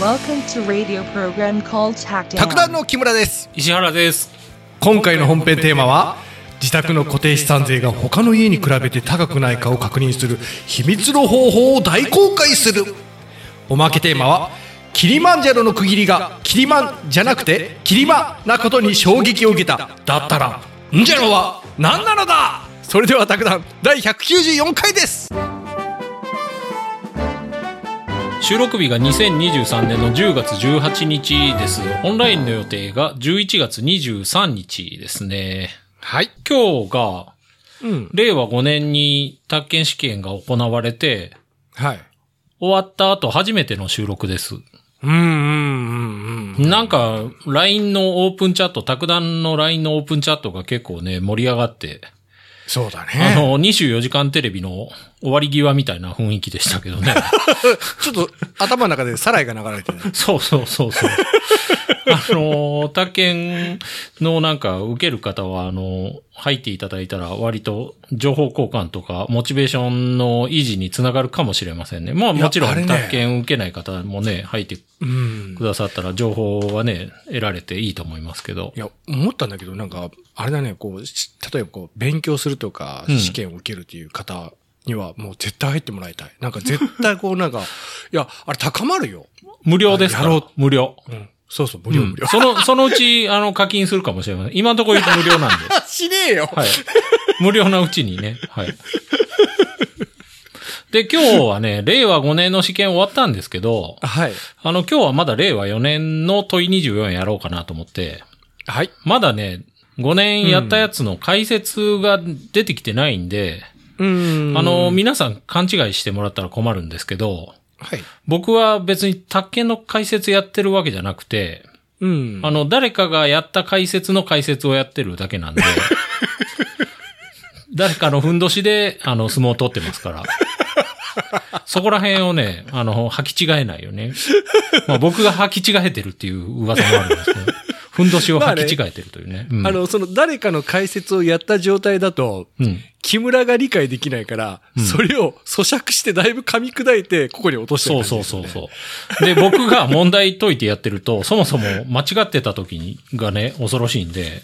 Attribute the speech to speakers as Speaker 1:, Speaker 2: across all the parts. Speaker 1: Welcome to radio program called Hackdown.
Speaker 2: 卓談の木村です
Speaker 3: 石原です
Speaker 4: 今回の本編テーマは自宅の固定資産税が他の家に比べて高くないかを確認する秘密の方法を大公開するおまけテーマはキリマンジャロの区切りがキリマンじゃなくてキリマなことに衝撃を受けただったらんじゃろは何なのだそれでは卓談第194回です
Speaker 3: 収録日が2023年の10月18日ですオンラインの予定が11月23日ですね
Speaker 4: はい
Speaker 3: 今日が
Speaker 4: うん
Speaker 3: 令和5年に宅建試験が行われて
Speaker 4: はい
Speaker 3: 終わった後初めての収録です
Speaker 4: うんうんうんうん
Speaker 3: なんか LINE のオープンチャット卓談の LINE のオープンチャットが結構ね盛り上がって
Speaker 4: そうだ
Speaker 3: あ
Speaker 4: ね
Speaker 3: の24時間テレビの終わり際みたいな雰囲気でしたけどね
Speaker 4: ちょっと頭の中でサライが流れてる
Speaker 3: そうそうそ うそう。あのー、他県のなんか受ける方は、あのー、入っていただいたら割と情報交換とかモチベーションの維持につながるかもしれませんね。まあもちろ
Speaker 4: あれ
Speaker 3: ん
Speaker 4: ね
Speaker 3: 他県受けない方もね、入って
Speaker 4: うん
Speaker 3: くださったら情報はね、得られていいと思いますけど
Speaker 4: い。や、思ったんだけど、なんか、あれだね、こう、し例えばこう、勉強するとか、
Speaker 3: うん
Speaker 4: 試験を受けるっていう方には、もう絶対入ってもらいたい。なんか絶対こう、 なんか、いや、あれ高まるよ。
Speaker 3: 無料ですか
Speaker 4: あやろ
Speaker 3: ら
Speaker 4: う
Speaker 3: 無料。
Speaker 4: うん。そうそう、無料
Speaker 3: うん
Speaker 4: 無料。
Speaker 3: その、そのうち、あの、課金するかもしれません。今のところ無料なんで。
Speaker 4: しねえよ。
Speaker 3: はい。無料なうちにね。はい。で、今日はね、令和5年の試験終わったんですけど、
Speaker 4: はい。
Speaker 3: あの、今日はまだ令和4年の問い24やろうかなと思って、
Speaker 4: はい。
Speaker 3: まだね、5年やったやつの解説が出てきてないんで、
Speaker 4: うん
Speaker 3: あの、皆さん勘違いしてもらったら困るんですけど、
Speaker 4: はい。
Speaker 3: 僕は別に宅建の解説やってるわけじゃなくて、
Speaker 4: うん。
Speaker 3: あの、誰かがやった解説の解説をやってるだけなん で、誰かのふんどしで、あの、相撲を取ってますから。そこら辺をね、あの、履き違えないよね。まあ、僕が履き違えてるっていう噂もあるんですけど、ふんどしを履き違えてるというね。うん
Speaker 4: あの、その、誰かの解説をやった状態だと、
Speaker 3: うん。
Speaker 4: 木村が理解できないから、
Speaker 3: うん
Speaker 4: それを咀嚼してだいぶ噛み砕いて、ここに落としてる
Speaker 3: そ
Speaker 4: 感
Speaker 3: う
Speaker 4: じ
Speaker 3: そ
Speaker 4: で
Speaker 3: う
Speaker 4: すよ
Speaker 3: そう
Speaker 4: ね
Speaker 3: そう。で、僕が問題解いてやってると、そもそも間違ってた時にがね、恐ろしいんで。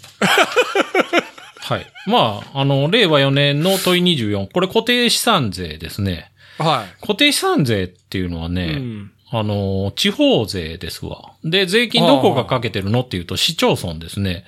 Speaker 3: はい。まあ、あの、令和4年の問い24、これ固定資産税ですね。
Speaker 4: は。
Speaker 3: 固定資産税っていうのはいね、
Speaker 4: うん
Speaker 3: あの、地方税ですわ。で、税金どこがかけてるのっていうと市町村ですね。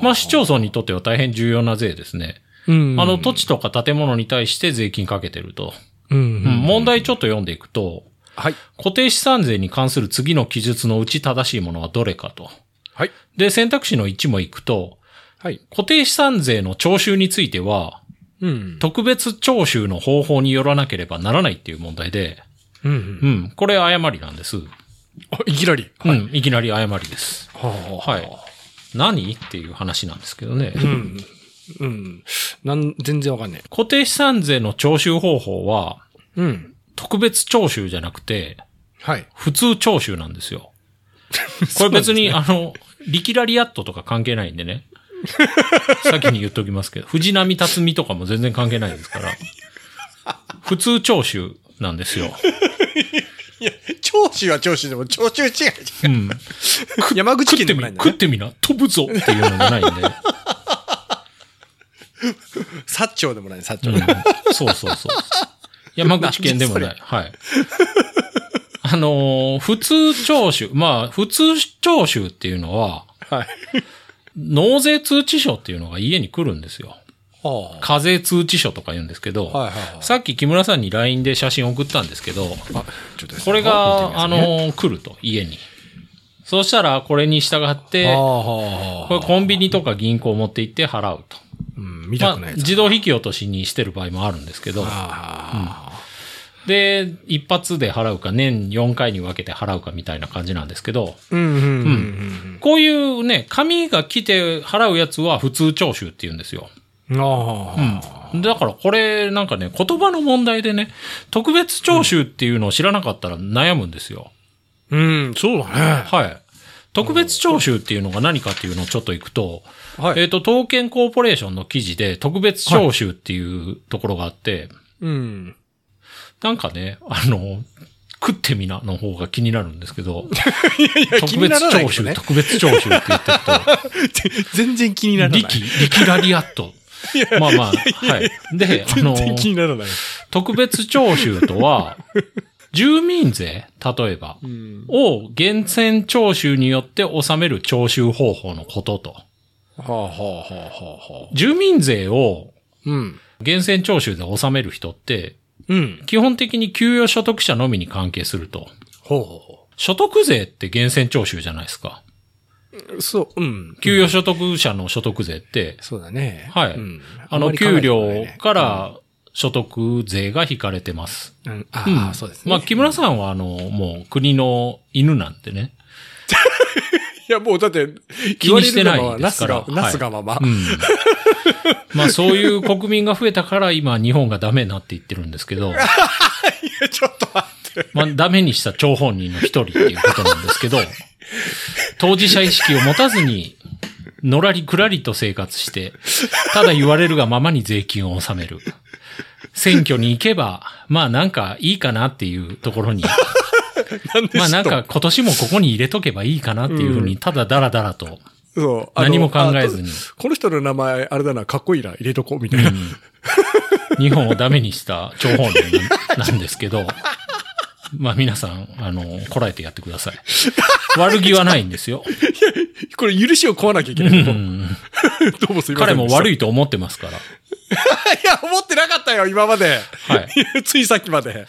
Speaker 3: まあ市町村にとっては大変重要な税ですね。
Speaker 4: うん
Speaker 3: あの土地とか建物に対して税金かけてると。
Speaker 4: うん
Speaker 3: うん問題ちょっと読んでいくと、
Speaker 4: はい。
Speaker 3: 固定資産税に関する次の記述のうち正しいものはどれかと。
Speaker 4: はい。
Speaker 3: で、選択肢の1もいくと、
Speaker 4: はい。
Speaker 3: 固定資産税の徴収については、
Speaker 4: うん。
Speaker 3: 特別徴収の方法によらなければならないっていう問題で、
Speaker 4: うん。
Speaker 3: うん、これ誤りなんです。
Speaker 4: あ、いきなり。
Speaker 3: うん、いきなり誤りです。
Speaker 4: は
Speaker 3: はい。何っていう話なんですけどね。
Speaker 4: い。うん。うん。なん、全然わかんない。
Speaker 3: 固定資産税の徴収方法は、
Speaker 4: うん。
Speaker 3: 特別徴収じゃなくて、
Speaker 4: はい。
Speaker 3: 普通徴収なんで すよ。これ別に、あの、リキラリアットとか関係ないん でね。先に言っときますけど、藤波辰巳とかも全然関係ないですから。普通徴収なんですよ。
Speaker 4: 長州は長州でも、長州違いじゃ
Speaker 3: うん。
Speaker 4: ん。山口
Speaker 3: 食
Speaker 4: 県
Speaker 3: って
Speaker 4: でも
Speaker 3: み、
Speaker 4: ないんだ
Speaker 3: 食っ
Speaker 4: ね。
Speaker 3: てみな、飛ぶぞっていうのじゃないん で。
Speaker 4: 薩長でもないね、薩
Speaker 3: う
Speaker 4: 長。
Speaker 3: んそうそうそう。山口県でもな
Speaker 4: なん
Speaker 3: い。はい。あのー普通徴収。まあ、普通徴収っていうのは、
Speaker 4: はい。
Speaker 3: 納税通知書っていうのが家に来るんですよ。
Speaker 4: は
Speaker 3: 課税通知書とか言うんですけど、
Speaker 4: はいはいはい
Speaker 3: さっき木村さんに LINE で写真送ったんですけど、
Speaker 4: あ。あ、ちょっとですね
Speaker 3: これ
Speaker 4: 見てみ
Speaker 3: が、
Speaker 4: ます
Speaker 3: あ
Speaker 4: ね
Speaker 3: のー来ると、家に。そうしたら、これに従って、
Speaker 4: はあ、
Speaker 3: これ
Speaker 4: はあ、
Speaker 3: コンビニとか銀行持って行って払うと。
Speaker 4: うん、見た
Speaker 3: ま
Speaker 4: くな
Speaker 3: あ、
Speaker 4: いやつ
Speaker 3: 自動引き落としにしてる場合もあるんですけど、
Speaker 4: あ
Speaker 3: で、一発で払うか、年4回に分けて払うかみたいな感じなんですけど、
Speaker 4: ーうん、うん、うんうん
Speaker 3: こういうね、紙が来て払うやつは普通徴収って言うんですよ。
Speaker 4: うん。ああ。
Speaker 3: だからこれなんかね、言葉の問題でね、特別徴収っていうのを知らなかったら悩むんですよ。
Speaker 4: うん、そうだね。
Speaker 3: はい。特別徴収っていうのが何かっていうのをちょっと行くと、
Speaker 4: はい
Speaker 3: えっ、と、東建コーポレーションの記事で特別徴収っていうところがあって、
Speaker 4: うん。
Speaker 3: なんかね、あの、食ってみなの方が気になるんですけど、
Speaker 4: いや、気
Speaker 3: 特
Speaker 4: にな
Speaker 3: 別
Speaker 4: らない
Speaker 3: 徴
Speaker 4: け
Speaker 3: 収、
Speaker 4: どね。
Speaker 3: 特別徴収って言ってると、
Speaker 4: 全然気にならない。
Speaker 3: リキ、リキラリアット。まあまあ、はい。で、あ
Speaker 4: 全
Speaker 3: の、
Speaker 4: 然気にならない。
Speaker 3: 特別徴収とは、住民税、例えば、
Speaker 4: うん。
Speaker 3: を源泉徴収によって納める徴収方法のことと。
Speaker 4: はあはあはあはあはあ。
Speaker 3: 住民税を
Speaker 4: うん。
Speaker 3: 源泉徴収で納める人って、
Speaker 4: うん。
Speaker 3: 基本的に給与所得者のみに関係すると。
Speaker 4: ほうほうほ
Speaker 3: 所得税って源泉徴収じゃないですか。
Speaker 4: う。そう、うん。
Speaker 3: 給与所得者の所得税って、
Speaker 4: そうだね。
Speaker 3: はい
Speaker 4: うん
Speaker 3: あ
Speaker 4: ん
Speaker 3: の、
Speaker 4: まり考え
Speaker 3: 給
Speaker 4: たことない
Speaker 3: 料
Speaker 4: ね
Speaker 3: から所得税が引かれてます。
Speaker 4: うん、あ
Speaker 3: う
Speaker 4: あ、
Speaker 3: ん
Speaker 4: そうですね。
Speaker 3: まあ、木村さんは、あの、もう国の犬なんてね。
Speaker 4: いや、もうだって、
Speaker 3: 気にしてない
Speaker 4: 言われるがまま
Speaker 3: ですから
Speaker 4: なすが、なすが
Speaker 3: は
Speaker 4: まま
Speaker 3: う。ん。まあ、そういう国民が増えたから、今、日本がダメになっていってるんですけど、
Speaker 4: いや ちょっと待って。
Speaker 3: まあ、ダメにした張本人の一人っていうことなんですけど、当事者意識を持たずに、のらりくらりと生活して、ただ言われるがままに税金を納める。選挙に行けば、まあなんかいいかなっていうところに、
Speaker 4: なんで
Speaker 3: まあなん
Speaker 4: ちょっ
Speaker 3: か今年もここに入れとけばいいかなっていうふうに、ただダラダラと、
Speaker 4: とそうあの
Speaker 3: 何も考えずに
Speaker 4: あとこの人の名前、あれだな、かっこいいな、入れとこう、みたいな。
Speaker 3: 日本をダメにした張本人ななん ですけど、まあ皆さん、あの、こらえてやってください。悪気はないんですよ。
Speaker 4: これ、許しを請わなきゃいけない。 どうもすいませ
Speaker 3: 彼
Speaker 4: ん。
Speaker 3: も悪
Speaker 4: い。
Speaker 3: いと思ってますか
Speaker 4: い
Speaker 3: ら。
Speaker 4: や、思ってなかったよ、今まで。
Speaker 3: はい。
Speaker 4: ついさっきまで。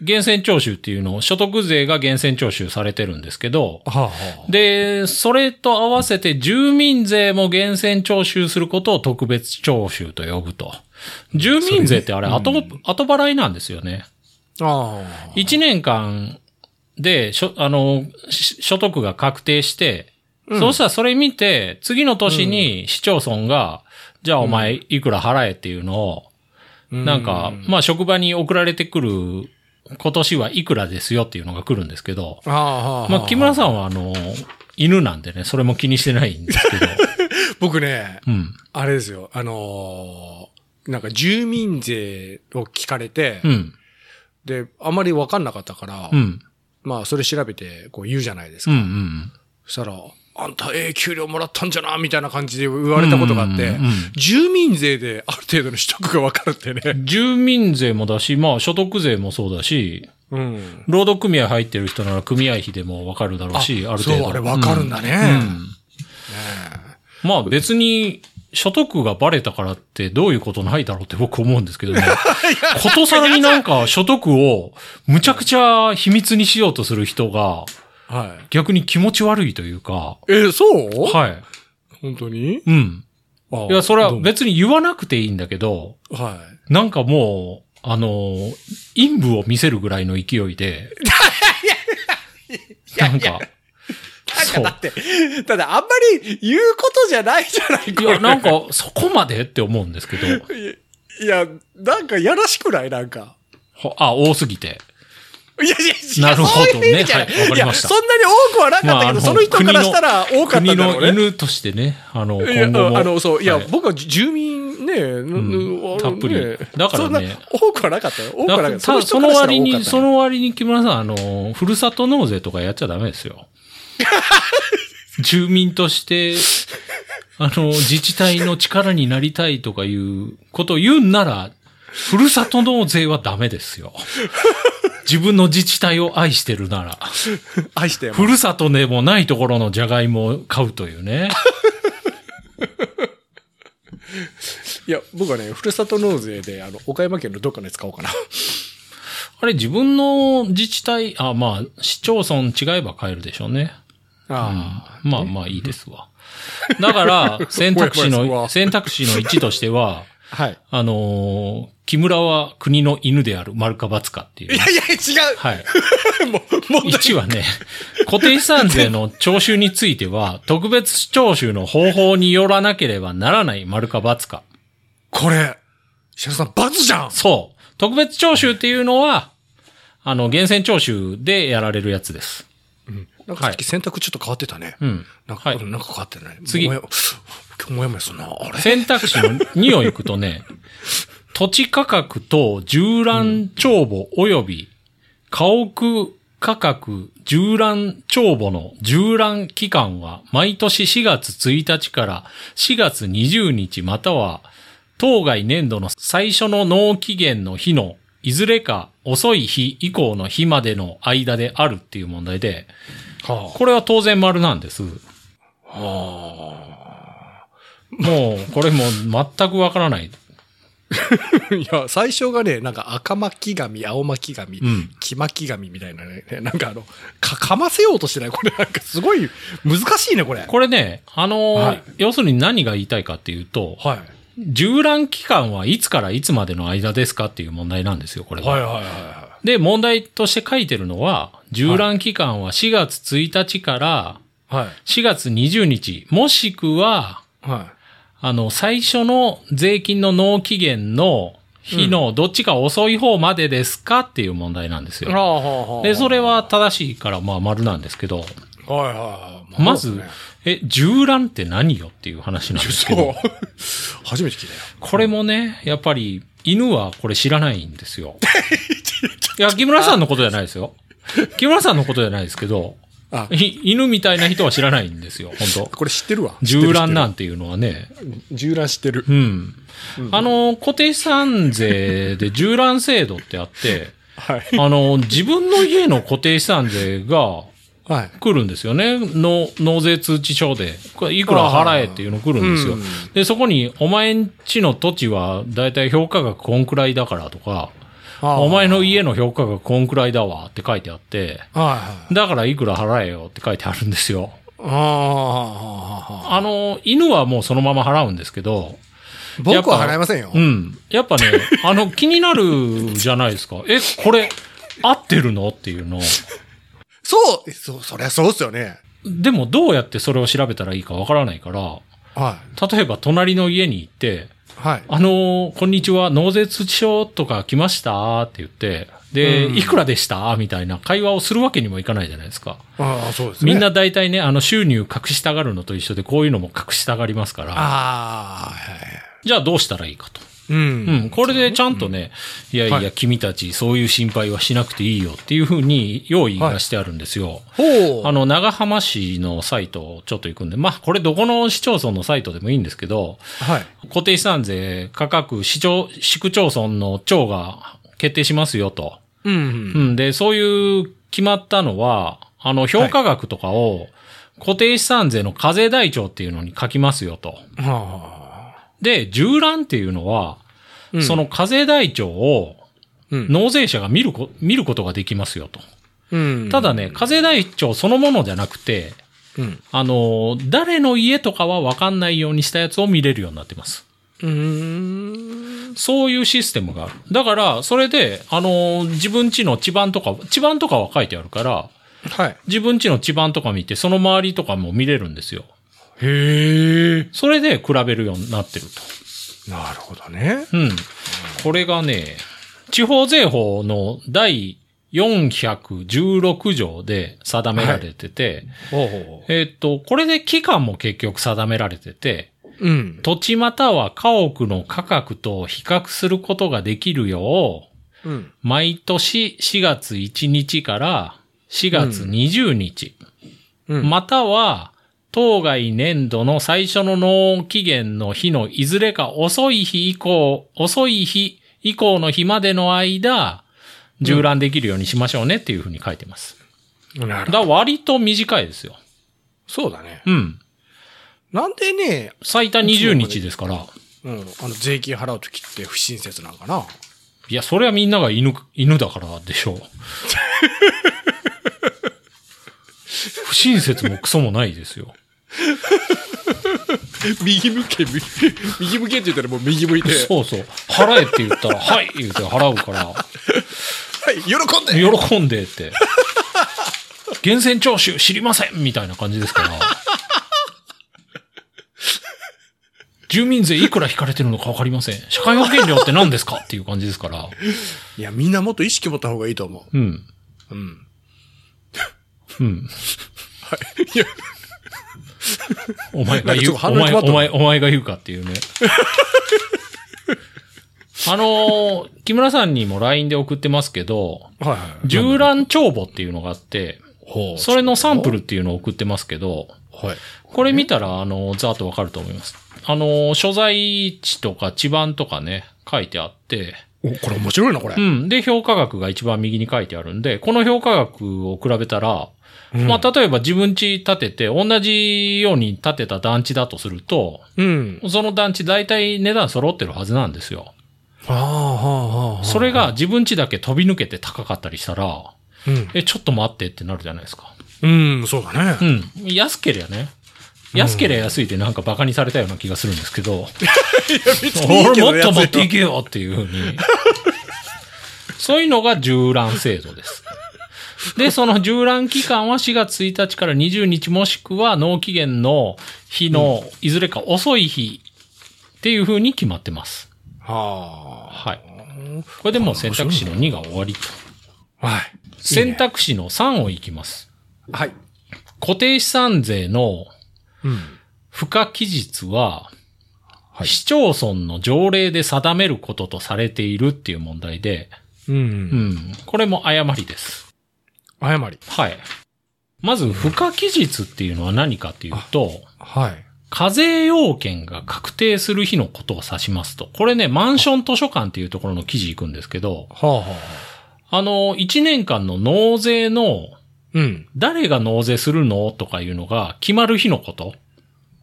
Speaker 3: 源泉徴収っていうのを、所得税が源泉徴収されてるんですけど、
Speaker 4: はあ、は
Speaker 3: で、それと合わせて住民税も源泉徴収することを特別徴収と呼ぶと。住民税ってあれ、後、後払いなんですよね。
Speaker 4: あ。あ
Speaker 3: 1年間で、しょ、あの、し所得が確定して、そうしたらそれ見て、次の年に市町村が、じゃあお前いくら払えっていうのを、なんか、まあ職場に送られてくる、今年はいくらですよっていうのが来るんですけど、
Speaker 4: あ。はあ。
Speaker 3: まあ木村さんはあの、犬なんでね、それも気にしてないんです けど、
Speaker 4: 僕ね、
Speaker 3: うん。
Speaker 4: あれですよ、あのーなんか住民税を聞かれて、
Speaker 3: うん。
Speaker 4: で、あまりわかんなかったから、
Speaker 3: うん。
Speaker 4: まあ、それ調べて、こう言うじゃないです
Speaker 3: う
Speaker 4: か。
Speaker 3: ん。うん。
Speaker 4: そしたら、あんた、ええ給料もらったんじゃな、みたいな感じで言われたことがあって、
Speaker 3: うんうんうん
Speaker 4: 住民税である程度の取得がわかるってね。
Speaker 3: 住民税もだし、まあ所得税もそうだし、
Speaker 4: うん。
Speaker 3: 労働組合入ってる人なら組合費でもわかるだろうし、ある程度。
Speaker 4: そう、あれわかるんだね。
Speaker 3: うんうんまあ別に、所得がバレたからってどういうことないだろうって僕思うんです けどね。ことさらになんか所得をむちゃくちゃ秘密にしようとする人が
Speaker 4: はい。
Speaker 3: 逆に気持ち悪いというか。
Speaker 4: えそう、
Speaker 3: はい。
Speaker 4: 本当に
Speaker 3: うん。
Speaker 4: あ
Speaker 3: いや、それは
Speaker 4: どうも
Speaker 3: 別に言わなくていいんだけど、
Speaker 4: は
Speaker 3: なんかもう、あのー、陰部を見せるぐらいの 勢いで。なんか、
Speaker 4: い。
Speaker 3: そう
Speaker 4: だ。って、ただあんまり言うことじゃないじゃない
Speaker 3: いや、なんか、そこまでって思うんですけど。
Speaker 4: いや、なんかやらしくないなんか。
Speaker 3: ほあ、多すぎて。
Speaker 4: いやいや、いや
Speaker 3: なるほどね
Speaker 4: そういう意味じゃない
Speaker 3: はいわかりました
Speaker 4: いや、そんなに多くはなかったけど、
Speaker 3: まああの
Speaker 4: その人からしたら多かったんだ
Speaker 3: 国
Speaker 4: ろう
Speaker 3: の
Speaker 4: ね。
Speaker 3: 犬としてね、あの、
Speaker 4: いや、
Speaker 3: 今後も。
Speaker 4: あの、そう、いや、
Speaker 3: は
Speaker 4: 僕は住民ね、
Speaker 3: ん
Speaker 4: ぬぬ
Speaker 3: たっぷり
Speaker 4: あのね
Speaker 3: だか
Speaker 4: そ
Speaker 3: らね
Speaker 4: んな多くはなかったよ。多くはなかった。
Speaker 3: ただ
Speaker 4: 人
Speaker 3: その
Speaker 4: からしたら多かった
Speaker 3: 割に、その割に木村さん、あの、ふるさと納税とかやっちゃダメですよ。 住民として、あの、自治体の力になりたいとかいうことを言うんなら、ふるさと納税はダメですよ。 自分の自治体を愛してるなら、
Speaker 4: 愛してやま
Speaker 3: ふ
Speaker 4: す
Speaker 3: るさとでもないところのじゃがいもを買うというね。
Speaker 4: いや、僕はね、ふるさと納税で、あの、岡山県のどっかで使おうかな。
Speaker 3: あれ、自分の自治体、あ、まあ、市町村違えば変えるでしょうね。
Speaker 4: あ
Speaker 3: まあまあいいですわ。だ から、選択肢
Speaker 4: おいおいお
Speaker 3: の、
Speaker 4: い
Speaker 3: 選択肢の1としては、
Speaker 4: あ。はい。
Speaker 3: あのー木村は国の犬である、丸か×かっていう
Speaker 4: い
Speaker 3: ね、
Speaker 4: やいや、違う。
Speaker 3: はい。
Speaker 4: もう、問題。
Speaker 3: 1はね、固定資産税の徴収については、特別徴収の方法によらなければならない丸か×か。
Speaker 4: これ、石原さん、罰じゃん
Speaker 3: そう。特別徴収っていうのは、あの、源泉徴収でやられるやつです。
Speaker 4: なんかさっき選択ちょっと変わってたね。
Speaker 3: うん。
Speaker 4: なんか、
Speaker 3: はい
Speaker 4: うんなんか変わってない。
Speaker 3: 次
Speaker 4: もや今日もやもやすんな。あれ
Speaker 3: 選択肢の2を行くとね、土地価格等、縦覧帳簿及び家屋価格縦覧帳簿の縦覧期間は毎年4月1日から4月20日または当該年度の最初の納期限の日のいずれか遅い日以降の日までの間であるっていう問題で、
Speaker 4: は
Speaker 3: これは当然丸なんです。
Speaker 4: あ。は
Speaker 3: もう、これもう全くわからない。
Speaker 4: あ。いや、最初がね、なんか赤巻紙、青巻紙、
Speaker 3: うん
Speaker 4: 黄巻紙みたいなね、なんかあの、か、かませようとしてない。これなんかすごい難しいね、これ。
Speaker 3: これね、あのー
Speaker 4: はい
Speaker 3: 要するに何が言いたいかっていうと、
Speaker 4: はい。
Speaker 3: 縦覧期間はいつからいつまでの間ですかっていう問題なんですよ、これは。
Speaker 4: はいはいはいは
Speaker 3: で、問題として書いてるのは、縦覧期間は4月1日から
Speaker 4: い。はい。
Speaker 3: 4月20日、もしくは、
Speaker 4: は
Speaker 3: あの、最初の税金の納期限の日のどっちか遅い方までですかっていう問題なんです
Speaker 4: い。
Speaker 3: よ。
Speaker 4: あは
Speaker 3: で、それは正しいから、まあ、丸なんですけど、
Speaker 4: はいはいはい。
Speaker 3: まず、え、縦覧って何よっていう話なんですけ
Speaker 4: そう
Speaker 3: ど、。
Speaker 4: 初めて聞いたよ。
Speaker 3: これもね、やっぱり、犬はこれ知らないんです よ。いや、木村さんのことじゃないですよ。木村さんのことじゃないですけど、
Speaker 4: あ、
Speaker 3: い犬みたいな人は知らないんですよ、本当
Speaker 4: これ知ってるわ。
Speaker 3: 縦覧
Speaker 4: な
Speaker 3: なんていうのはね、
Speaker 4: 銃乱知ってる
Speaker 3: う。ん。あの、固定資産税で縦覧制度ってあって、
Speaker 4: はい。
Speaker 3: あの、自分の家の固定資産税が
Speaker 4: はい。
Speaker 3: 来るんですよね。の納税通知書で。これいくら払えっていうの来るんですよ
Speaker 4: うん。
Speaker 3: で、そこに、お前んちの土地はだいたい評価額こんくらいだからとか、お前の家の評価額こんくらいだわって書いてあって、
Speaker 4: はい。
Speaker 3: だからいくら払えよって書いてあるんですよ。
Speaker 4: ああ、
Speaker 3: あの、犬はもうそのまま払うんですけど、
Speaker 4: 僕は払いませんよ
Speaker 3: う。ん。や っぱね、あの、気になるじゃないですか。え、これ、合ってるのっていうの。
Speaker 4: そう、そ、そりゃそうっすよね。
Speaker 3: でも、どうやってそれを調べたらいいかわからないから、
Speaker 4: は
Speaker 3: 例えば、隣の家に行って、
Speaker 4: い。はい。
Speaker 3: あのーこんにちは、納税通知書とか来ましたって言って、で、
Speaker 4: うん
Speaker 3: いくらでしたみたいな会話をするわけにもいかないじゃないですか。
Speaker 4: ああ、そうですね。
Speaker 3: みんな、大体ね、あの、収入隠したがるのと一緒で、こういうのも隠したがりますから、
Speaker 4: ああ、はい。
Speaker 3: じゃあどうしたらいいかと。
Speaker 4: う。
Speaker 3: うんん、これでちゃんとね、いやい
Speaker 4: は
Speaker 3: や、君たち、そういう心配はしなくていいよっていうふうに用意がしてあるんですよ。
Speaker 4: ほう。
Speaker 3: あの、長浜市のサイト、ちょっと行くんで、まあ、これどこの市町村のサイトでもいいんですけど、
Speaker 4: はい。
Speaker 3: 固定資産税価格市町、市区町村の町が決定しますよと。
Speaker 4: う。
Speaker 3: うんん、で、そういう決まったのは、あの、評価額とかを固定資産税の課税台帳っていうのに書きますよと。
Speaker 4: はあ。
Speaker 3: で、縦覧っていうのは、そ、の課税台帳を
Speaker 4: うん。
Speaker 3: 納税者が見るこ見ることができますよと。
Speaker 4: うん
Speaker 3: ただ、ね、課税台帳そのものじゃなくて、
Speaker 4: うん。
Speaker 3: あの、誰の家とかはわかんないようにしたやつを見れるようになってます。
Speaker 4: うん。
Speaker 3: そういうシステムがある。だから、それで、あの、自分家の地盤とか、地盤とかは書いてあるから、
Speaker 4: はい。
Speaker 3: 自分家の地盤とか見て、その周りとかも見れるんですよ。
Speaker 4: へえ。
Speaker 3: それで比べるようになってる
Speaker 4: なるほどね。
Speaker 3: と。うん。これがね、地方税法の第416条で定められてて、
Speaker 4: ほうほ
Speaker 3: えっと、これで期間も結局定められてて、
Speaker 4: う。うん。
Speaker 3: 土地または家屋の価格と比較することができるよう、
Speaker 4: うん。
Speaker 3: 毎年4月1日から4月20日、
Speaker 4: うん。
Speaker 3: または当該年度の最初の納期限の日のいずれか遅い日以降、遅い日以降の日までの間、縦覧できるようにしましょうねっていうふうに書いてます。
Speaker 4: な
Speaker 3: だ
Speaker 4: る
Speaker 3: か
Speaker 4: ほど。
Speaker 3: ら割と短いですよ。
Speaker 4: そうだね。
Speaker 3: うん。
Speaker 4: なんでね、
Speaker 3: 最多20日ですから。
Speaker 4: うん、あの税金払うときって不親切なんかない
Speaker 3: や、それはみんなが犬、犬だからでしょう。不親切もクソもないですよ。
Speaker 4: 右向け 右右向けって言ったらもう右向いて
Speaker 3: そうそう。払えって言ったら、はい言うて払うから、
Speaker 4: はい喜んで
Speaker 3: 喜んでって。源泉徴収知りませんみたいな感じですから。住民税いくら引かれてるのかわかりません。社会保険料って何ですかっていう感じですから。
Speaker 4: いやみんなもっと意識持った方がいいと思
Speaker 3: うん。
Speaker 4: ううん
Speaker 3: うん。
Speaker 4: はいいや
Speaker 3: お前
Speaker 4: な
Speaker 3: が
Speaker 4: んかち
Speaker 3: 言
Speaker 4: ょっと、
Speaker 3: うお
Speaker 4: 反応
Speaker 3: 前、
Speaker 4: 困った
Speaker 3: お前、お前が言うかっていうね。あのー木村さんにも LINE で送ってますけど、
Speaker 4: はいはい。
Speaker 3: 縦覧帳簿っていうのがあって、
Speaker 4: ほう
Speaker 3: それのサンプルっていうのを送ってますけど、
Speaker 4: はい。
Speaker 3: これ見たら、あのーざーっとわかると思います。あのー所在地とか地番とかね、書いてあって、
Speaker 4: お、これ面白いな、これ。
Speaker 3: うん。で、評価額が一番右に書いてあるんで、この評価額を比べたら、まあ、例えば自分家建てて、同じように建てた団地だとすると、
Speaker 4: うん。
Speaker 3: その団地大体値段揃ってるはずなんですよ。
Speaker 4: ああ、はあ、はあはあ。
Speaker 3: それが自分家だけ飛び抜けて高かったりしたら、
Speaker 4: うん。
Speaker 3: え、ちょっと待ってってなるじゃないですか。
Speaker 4: うん、そうだ
Speaker 3: う
Speaker 4: ね。
Speaker 3: ん。安ければね。安ければ安いってなんか馬鹿にされたような気がするんですけど。 俺もっと持っていけよっていうふうに。 そういうのが縦覧制度です。で、その縦覧期間は4月1日から20日もしくは納期限の日のいずれか遅い日っていうふうに決まってます。
Speaker 4: は
Speaker 3: はい。これでもう選択肢の2が終わりと。
Speaker 4: あ。はい。
Speaker 3: 選択肢の3をいきます。
Speaker 4: はい。
Speaker 3: 固定資産税の
Speaker 4: うん。
Speaker 3: 付加期日は、
Speaker 4: はい
Speaker 3: 市町村の条例で定めることとされているっていう問題で、
Speaker 4: う。
Speaker 3: うんん、これも誤りです。
Speaker 4: 誤り。
Speaker 3: はい。まず、付加期日っていうのは何かっていうと、
Speaker 4: はい。
Speaker 3: 課税要件が確定する日のことを指しますと。これね、マンション図書館っていうところの記事行くんですけど、
Speaker 4: はあ、はあ。
Speaker 3: あの、1年間の納税の、
Speaker 4: うん。
Speaker 3: 誰が納税するのとかいうのが決まる日のこと。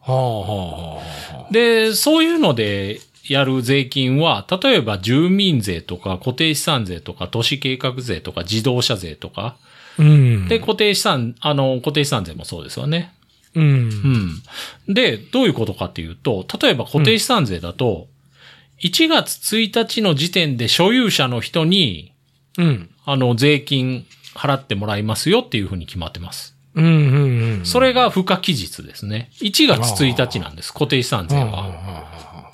Speaker 4: はあ、はあ、はあ。
Speaker 3: で、そういうのでやる税金は、例えば住民税とか固定資産税とか都市計画税とか自動車税とか、
Speaker 4: うん。
Speaker 3: で、固定資産、あの、固定資産税もそうですよね。
Speaker 4: う。
Speaker 3: うんん。で、どういうことかっていうと、例えば固定資産税だと、1月1日の時点で所有者の人に、
Speaker 4: うん。
Speaker 3: あの、税金払ってもらいますよっていうふうに決まってます。
Speaker 4: うん、うん、うん。
Speaker 3: それが付加期日ですね。1月1日なんです、固定資産税
Speaker 4: はあ、
Speaker 3: は。
Speaker 4: はあ。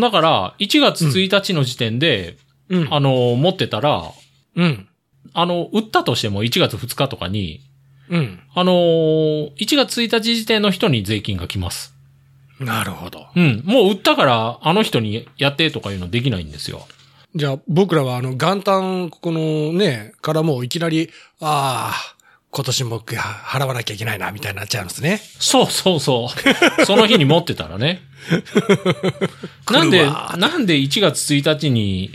Speaker 3: だから、1月1日の時点で、
Speaker 4: うん。
Speaker 3: あの、持ってたら、
Speaker 4: うん。
Speaker 3: あの、売ったとしても1月2日とかに、
Speaker 4: うん。
Speaker 3: あのー、1月1日時点の人に税金が来ます。
Speaker 4: なるほど。
Speaker 3: うん。もう売ったから、あの人にやってとかいうのできないんですよ。
Speaker 4: じゃあ、僕らはあの、元旦、このね、からもういきなり、ああ、今年もは払わなきゃいけないな、みたいになっちゃうんですね。
Speaker 3: そうそ うそう。その日に持ってたらね。なんで、
Speaker 4: 来るわ
Speaker 3: なんで1月1日に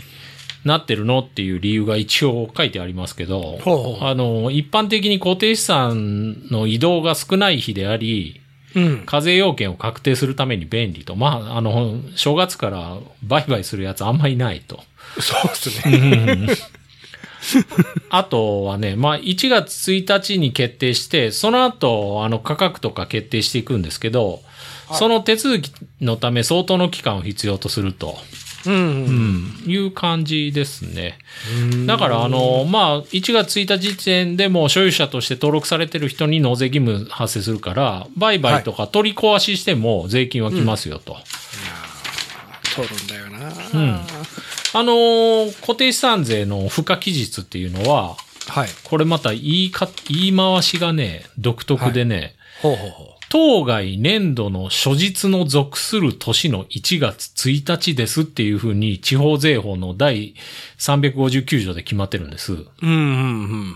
Speaker 3: なってるのっていう理由が一応書いてありますけど、
Speaker 4: ほうほう
Speaker 3: あの、一般的に固定資産の移動が少ない日であり、
Speaker 4: うん。
Speaker 3: 課税要件を確定するために便利と。まあ、あの、正月から売買するやつあんまりない と。
Speaker 4: そうですね。
Speaker 3: あとはね、まあ、1月1日に決定して、その後、あの、価格とか決定していくんですけど、その手続きのため相当の期間を必要とすると、
Speaker 4: うん。うん。
Speaker 3: いう感じですね。だから、あの、まあ、1月1日時点でもう所有者として登録されてる人に納税義務発生するから、売買とか取り壊ししても税金は来ますよと。
Speaker 4: 取るんだよな。
Speaker 3: あのー固定資産税の付加期日っていうのは、
Speaker 4: はい。
Speaker 3: これまた言いか、言い回しがね、独特でね、
Speaker 4: ほうほうほう。
Speaker 3: 当該年度の初日の属する年の1月1日ですっていうふうに地方税法の第359条で決まってるんです。
Speaker 4: うん、うん、うん、うん。うん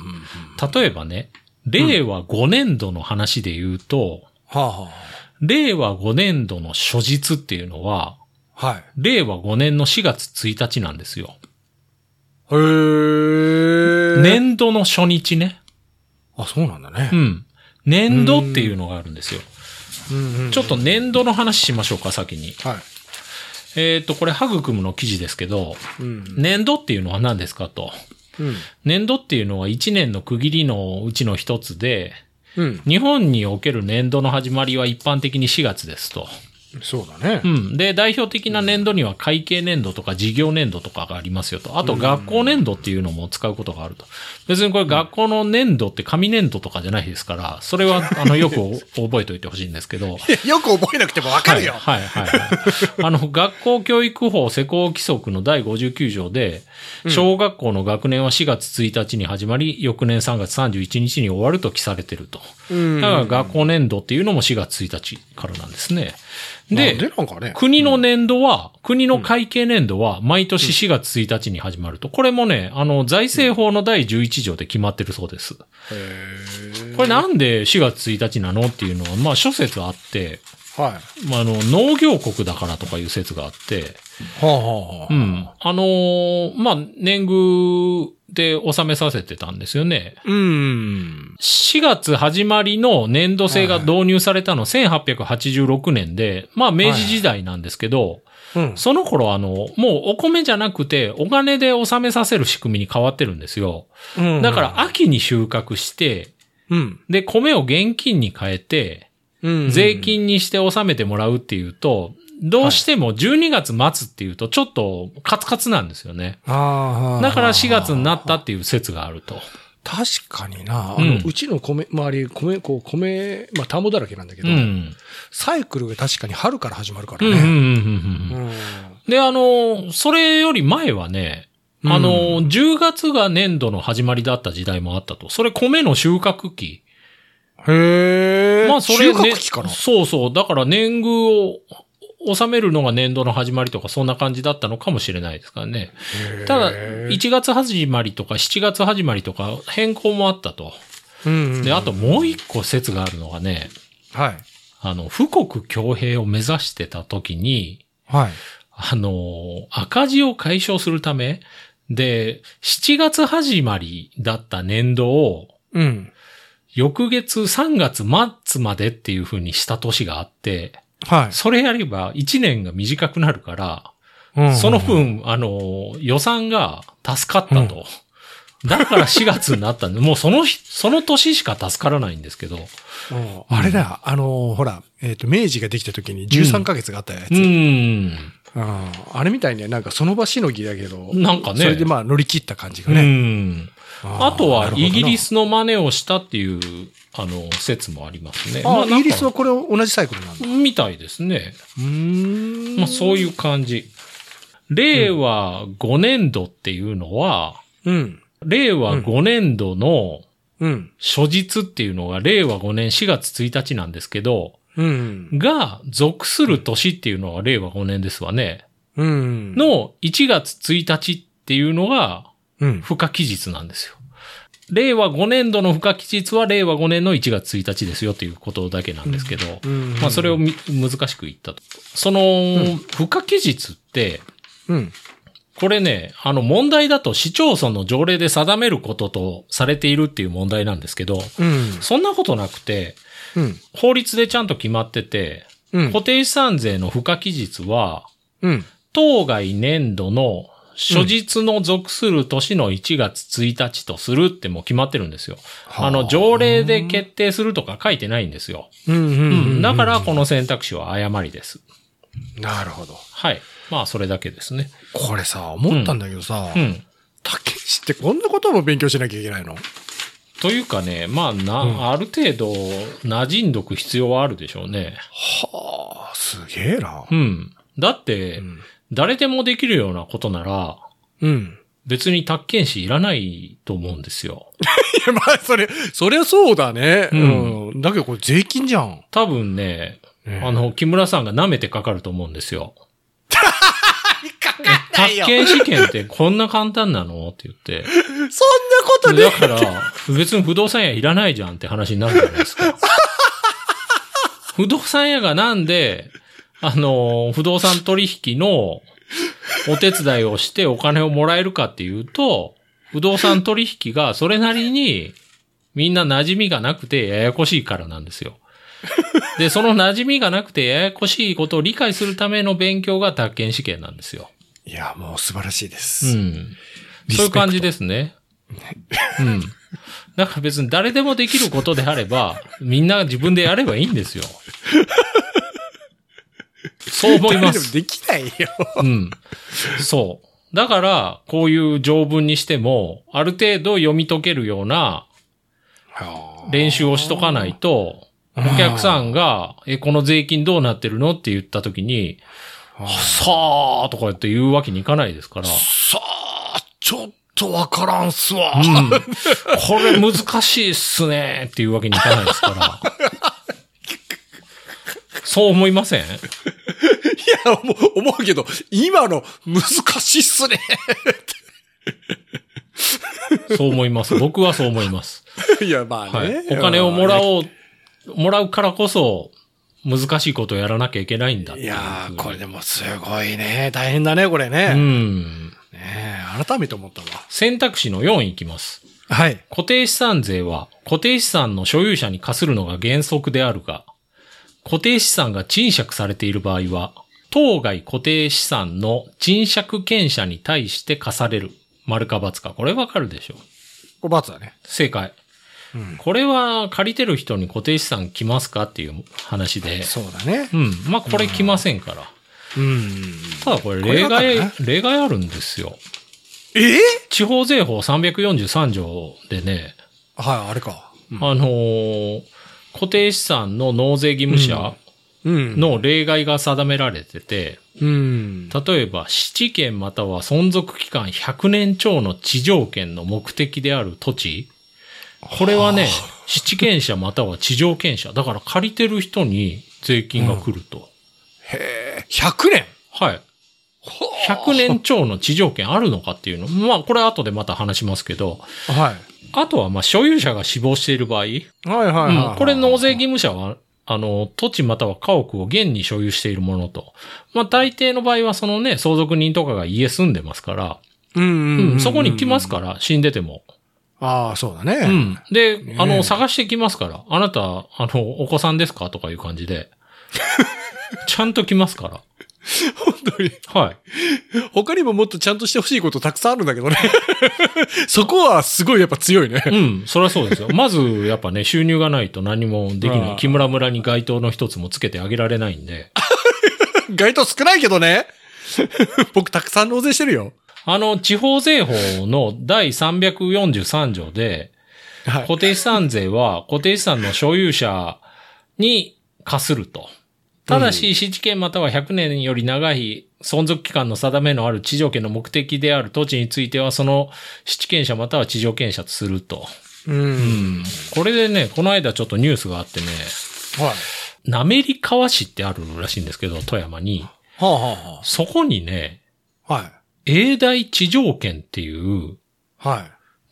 Speaker 3: 例えばね、令和5年度の話で言うと、
Speaker 4: はあ、は
Speaker 3: 令和5年度の初日っていうのは、
Speaker 4: あ。はい。
Speaker 3: 令和5年の4月1日なんですよ。
Speaker 4: へー。。
Speaker 3: 年度の初日ね。
Speaker 4: あ、そうなんだ
Speaker 3: う
Speaker 4: ね。
Speaker 3: ん。年度っていうのがあるんですよ。
Speaker 4: うん、うん。
Speaker 3: ちょっと年度の話しましょうか、先に。
Speaker 4: は
Speaker 3: えっ、と、これ、ハグクムの記事ですけど、
Speaker 4: い。うん。
Speaker 3: 年度っていうのは何ですかと。
Speaker 4: うん。
Speaker 3: 年度っていうのは1年の区切りのうちの一つで、
Speaker 4: うん。
Speaker 3: 日本における年度の始まりは一般的に4月ですと。
Speaker 4: そうだね
Speaker 3: う。ん。で、代表的な年度には会計年度とか事業年度とかがありますよと。あと、学校年度っていうのも使うことがあると。別にこれ学校の年度って紙年度とかじゃないですから、それは、あの、よくお覚えておいてほしいんですけど。
Speaker 4: よく覚えなくてもわかるよ。
Speaker 3: はい、はい、はい。あの、学校教育法施行規則の第59条で、小学校の学年は4月1日に始まり、翌年3月31日に終わると記されてると。
Speaker 4: うん
Speaker 3: だから学校年度っていうのも4月1日からなんですね。
Speaker 4: な
Speaker 3: で、
Speaker 4: んでなんかね。
Speaker 3: 国の年度は、国の会計年度は、毎年4月1日に始まると。これもね、あの、財政法の第11条で決まってるそうです。
Speaker 4: へー
Speaker 3: これなんで4月1日なのっていうのは、まあ諸説あって、
Speaker 4: はい。は
Speaker 3: まああの、農業国だからとかいう説があって、
Speaker 4: あ、はあ、
Speaker 3: う
Speaker 4: は
Speaker 3: ん。あのーまあ、年貢で納めさせてたんですよね。
Speaker 4: あ。うん。
Speaker 3: 4月始まりの年度制が導入されたの1886年で、まあ明治時代なんですけど、
Speaker 4: うん。
Speaker 3: その頃あの、もうお米じゃなくてお金で納めさせる仕組みに変わってるんですよ。
Speaker 4: うん
Speaker 3: だから、秋に収穫して、
Speaker 4: うん。
Speaker 3: で、米を現金に変えて、
Speaker 4: うん
Speaker 3: 税。金にして納めてもらうっていうと、どうしても12月末っていうとちょっとカツカツなんですよね。
Speaker 4: ああはあ、
Speaker 3: だから4月になったっていう説があると。
Speaker 4: 確かにな、
Speaker 3: う
Speaker 4: うんうちの米、周り、米、こう、米、まあ、田んぼだらけなんだけ
Speaker 3: う
Speaker 4: ど、
Speaker 3: ん。
Speaker 4: サイクルが確かに春から始まるか
Speaker 3: う
Speaker 4: ら
Speaker 3: んうん
Speaker 4: ね。
Speaker 3: うんうんうん。
Speaker 4: うん
Speaker 3: で、あの、それより前はね、あの、
Speaker 4: う
Speaker 3: 10月が年度の始まりだった時代もあったと。それ米の収穫期。
Speaker 4: へえ。
Speaker 3: まあそ
Speaker 4: 収
Speaker 3: れ、
Speaker 4: 穫期かな
Speaker 3: ね。そうそう。だから年貢を納めるのが年度の始まりとかそんな感じだったのかもしれないですからね。ただ、
Speaker 4: へ
Speaker 3: 1月始まりとか7月始まりとか変更もあったと。
Speaker 4: ーうんうん
Speaker 3: で、あともう一個説があるのがね、
Speaker 4: はい。
Speaker 3: あの、富国強兵を目指してた時に、
Speaker 4: はい。
Speaker 3: あのー赤字を解消するため、で、7月始まりだった年度を、
Speaker 4: うん。
Speaker 3: 翌月3月末までっていう風にした年があって、
Speaker 4: はい。
Speaker 3: それやれば1年が短くなるから、
Speaker 4: うん
Speaker 3: その。分、あのー、予算が助かったと。だから4月になったんで、もう その日、その年しか助からないんですけど。
Speaker 4: うんあれだ、あのーほら、えっ、と、明治ができた時に13ヶ月があったやつ。
Speaker 3: うーん。
Speaker 4: うんあれみたいにはなんかその場しのぎだけど、
Speaker 3: なんかね
Speaker 4: それでまあ乗り切った感じ
Speaker 3: う
Speaker 4: がね。
Speaker 3: ん。あ
Speaker 4: ー
Speaker 3: とは、イギリ。
Speaker 4: なる
Speaker 3: スの真似をしたっていう、あの、説もありますね。
Speaker 4: ほどなあ、
Speaker 3: まあ
Speaker 4: イギリスはこれ同じサイクルなんだ。
Speaker 3: みたいですね。
Speaker 4: うーん
Speaker 3: まあそう
Speaker 4: う。
Speaker 3: いう感じ。令和5年度っていうのは、
Speaker 4: うん。
Speaker 3: 令和5年度の
Speaker 4: うん。
Speaker 3: 初日っていうのが令和5年4月1日なんですけど、
Speaker 4: うん。
Speaker 3: が属する年っていうのが令和5年ですわね。
Speaker 4: うん。、
Speaker 3: の1月1日っていうのが
Speaker 4: うん。
Speaker 3: 不可期日なんですよ。令和5年度の不可期日は令和5年の1月1日ですよっていうことだけなんですけど、
Speaker 4: うん
Speaker 3: まあそれを、み難しく言ったと。その、不可期日って、
Speaker 4: うん。
Speaker 3: これね、あの問題だと市町村の条例で定めることとされているっていう問題なんですけど、
Speaker 4: うん。
Speaker 3: そんなことなくて、
Speaker 4: うん。
Speaker 3: 法律でちゃんと決まってて、
Speaker 4: うん。
Speaker 3: 固定資産税の付加期日は、
Speaker 4: うん。
Speaker 3: 当該年度の初日の属する年の1月1日とするってもう決まってるんですよ。
Speaker 4: はあ
Speaker 3: あの、条例で決定するとか書いてないんですよ。
Speaker 4: うん。う。
Speaker 3: うんん。だから、この選択肢は誤りです。
Speaker 4: なるほど。
Speaker 3: はい。まあ、それだけですね。
Speaker 4: これさ、思ったんだけどさ
Speaker 3: う、ん。
Speaker 4: たけしってこんなことも勉強しなきゃいけないの
Speaker 3: というかね、まあ、な、
Speaker 4: うん
Speaker 3: ある程度、馴染んどく必要はあるでしょうね。
Speaker 4: はあ、すげえな。
Speaker 3: うん。だって、
Speaker 4: ん
Speaker 3: 誰でもできるようなことなら、
Speaker 4: うん。
Speaker 3: 別に宅建士いらないと思うんですよ。
Speaker 4: いや、まあ、それ、そりゃそうだね。
Speaker 3: うん
Speaker 4: うん。だけどこれ税金じゃん。
Speaker 3: 多分ね、
Speaker 4: ね
Speaker 3: あの、木村さんが舐めてかかると思うんですよ。
Speaker 4: かかんない
Speaker 3: 宅
Speaker 4: よ。
Speaker 3: 建試験ってこんな簡単なのって言って。
Speaker 4: そんなことね
Speaker 3: だから、別に不動産屋いらないじゃんって話になるじゃないですか。不動産屋がなんで、あの、不動産取引のお手伝いをしてお金をもらえるかっていうと、不動産取引がそれなりにみんな馴染みがなくてややこしいからなんですよ。で、その馴染みがなくてややこしいことを理解するための勉強が宅建試験なんですよ。
Speaker 4: いや、もう素晴らしいで
Speaker 3: う
Speaker 4: す。
Speaker 3: ん。
Speaker 4: リスペクト
Speaker 3: そういう感じですね。うん。だから別に誰でもできることであれば、みんな自分でやればいいんですよ。そう思い
Speaker 4: 誰
Speaker 3: ま
Speaker 4: でも
Speaker 3: す。
Speaker 4: できないよ。
Speaker 3: うん。そう。だから、こういう条文にしても、ある程度読み解けるような練習をしとかないと、お客さんが、え、この税金どうなってるのって言った時に、さあとか言って言うわけにいかないですから。
Speaker 4: さあ、ちょっとわからんすわ。
Speaker 3: うんこれ難しいっすねっていうわけにいかないですから。そう思いませ
Speaker 4: い
Speaker 3: ん
Speaker 4: や、思う、思うけど、今の難しいっす ね。
Speaker 3: そう思います。僕はそう思います。
Speaker 4: いや、まあ
Speaker 3: はい
Speaker 4: ね。。
Speaker 3: お金をもら
Speaker 4: う。
Speaker 3: おう、もらうからこそ、難しいことをやらなきゃいけないんだって
Speaker 4: いうや
Speaker 3: ふう
Speaker 4: ー、
Speaker 3: に
Speaker 4: これでもすごいね。大変だね、これね。
Speaker 3: うん。
Speaker 4: ねえ改めて思ったわ。
Speaker 3: 選択肢の4いきます。
Speaker 4: はい。
Speaker 3: 固定資産税は固定資産の所有者に課するのが原則であるが、固定資産が賃借されている場合は、当該固定資産の賃借権者に対して課される。丸か×か。これわかるでしょう。
Speaker 4: これ罰だね。
Speaker 3: 正解。これは借りてる人に固定資産来ますかっていう話で。
Speaker 4: そうだね
Speaker 3: う。ん。まあ、これ来ませんから。
Speaker 4: うん。
Speaker 3: ただこれ
Speaker 4: これ
Speaker 3: 例
Speaker 4: わかるな
Speaker 3: 外、例外あるんですよ。
Speaker 4: えー
Speaker 3: 地方税法343条でね、
Speaker 4: はい、あれか。
Speaker 3: あのー固定資産の納税義務者
Speaker 4: うん。
Speaker 3: の例外が定められてて、
Speaker 4: うん。
Speaker 3: 例えば、七県または存続期間100年超の地上権の目的である土地、これはね、七権者または地上権者、だから借りてる人に税金が来ると。
Speaker 4: 100年
Speaker 3: はい。100年超の地上権あるのかっていうの。まあ、これは後でまた話しますけど、
Speaker 4: はい。
Speaker 3: あとは、まあ、所有者が死亡している場合、
Speaker 4: はいはいはいは
Speaker 3: うん
Speaker 4: い。
Speaker 3: これ納税義務者は、あの、土地または家屋を現に所有しているものと。まあ、大抵の場合は、そのね、相続人とかが家住んでますから、
Speaker 4: うんうんうん
Speaker 3: うんそこに来ますから、死んでても。
Speaker 4: ああ、そうだ
Speaker 3: う
Speaker 4: ね。
Speaker 3: ん。で、あ
Speaker 4: ねえ
Speaker 3: の、探してきますから、あなた、あの、お子さんですかとかいう感じ で。ちゃんと来ますから。
Speaker 4: 本当に。
Speaker 3: はい。
Speaker 4: 他にももっとちゃんとしてほしいことたくさんあるんだけどね。 そこはすごいやっぱ強いね。
Speaker 3: うん、そりゃそうですよ。まず、やっぱね、収入がないと何もでき
Speaker 4: う
Speaker 3: なんい。木村村に街灯の一つもつけてあげられないんで。
Speaker 4: 該当少ないけどね。 僕たくさん納税してるよ。
Speaker 3: あの、地方税法の第343条で、
Speaker 4: は。
Speaker 3: 固定資産税は固定資産の所有者に課すると。ただし、市地権または100年より長い存続期間の定めのある地上権の目的である土地については、その市地権者または地上権者とすると。
Speaker 4: うん。
Speaker 3: これでね、この間ちょっとニュースがあってね、
Speaker 4: はい。
Speaker 3: 滑川市ってあるらしいんですけど、富山に。
Speaker 4: はあは
Speaker 3: そこにね、
Speaker 4: あは
Speaker 3: 永代地上権っていう
Speaker 4: あ。はい。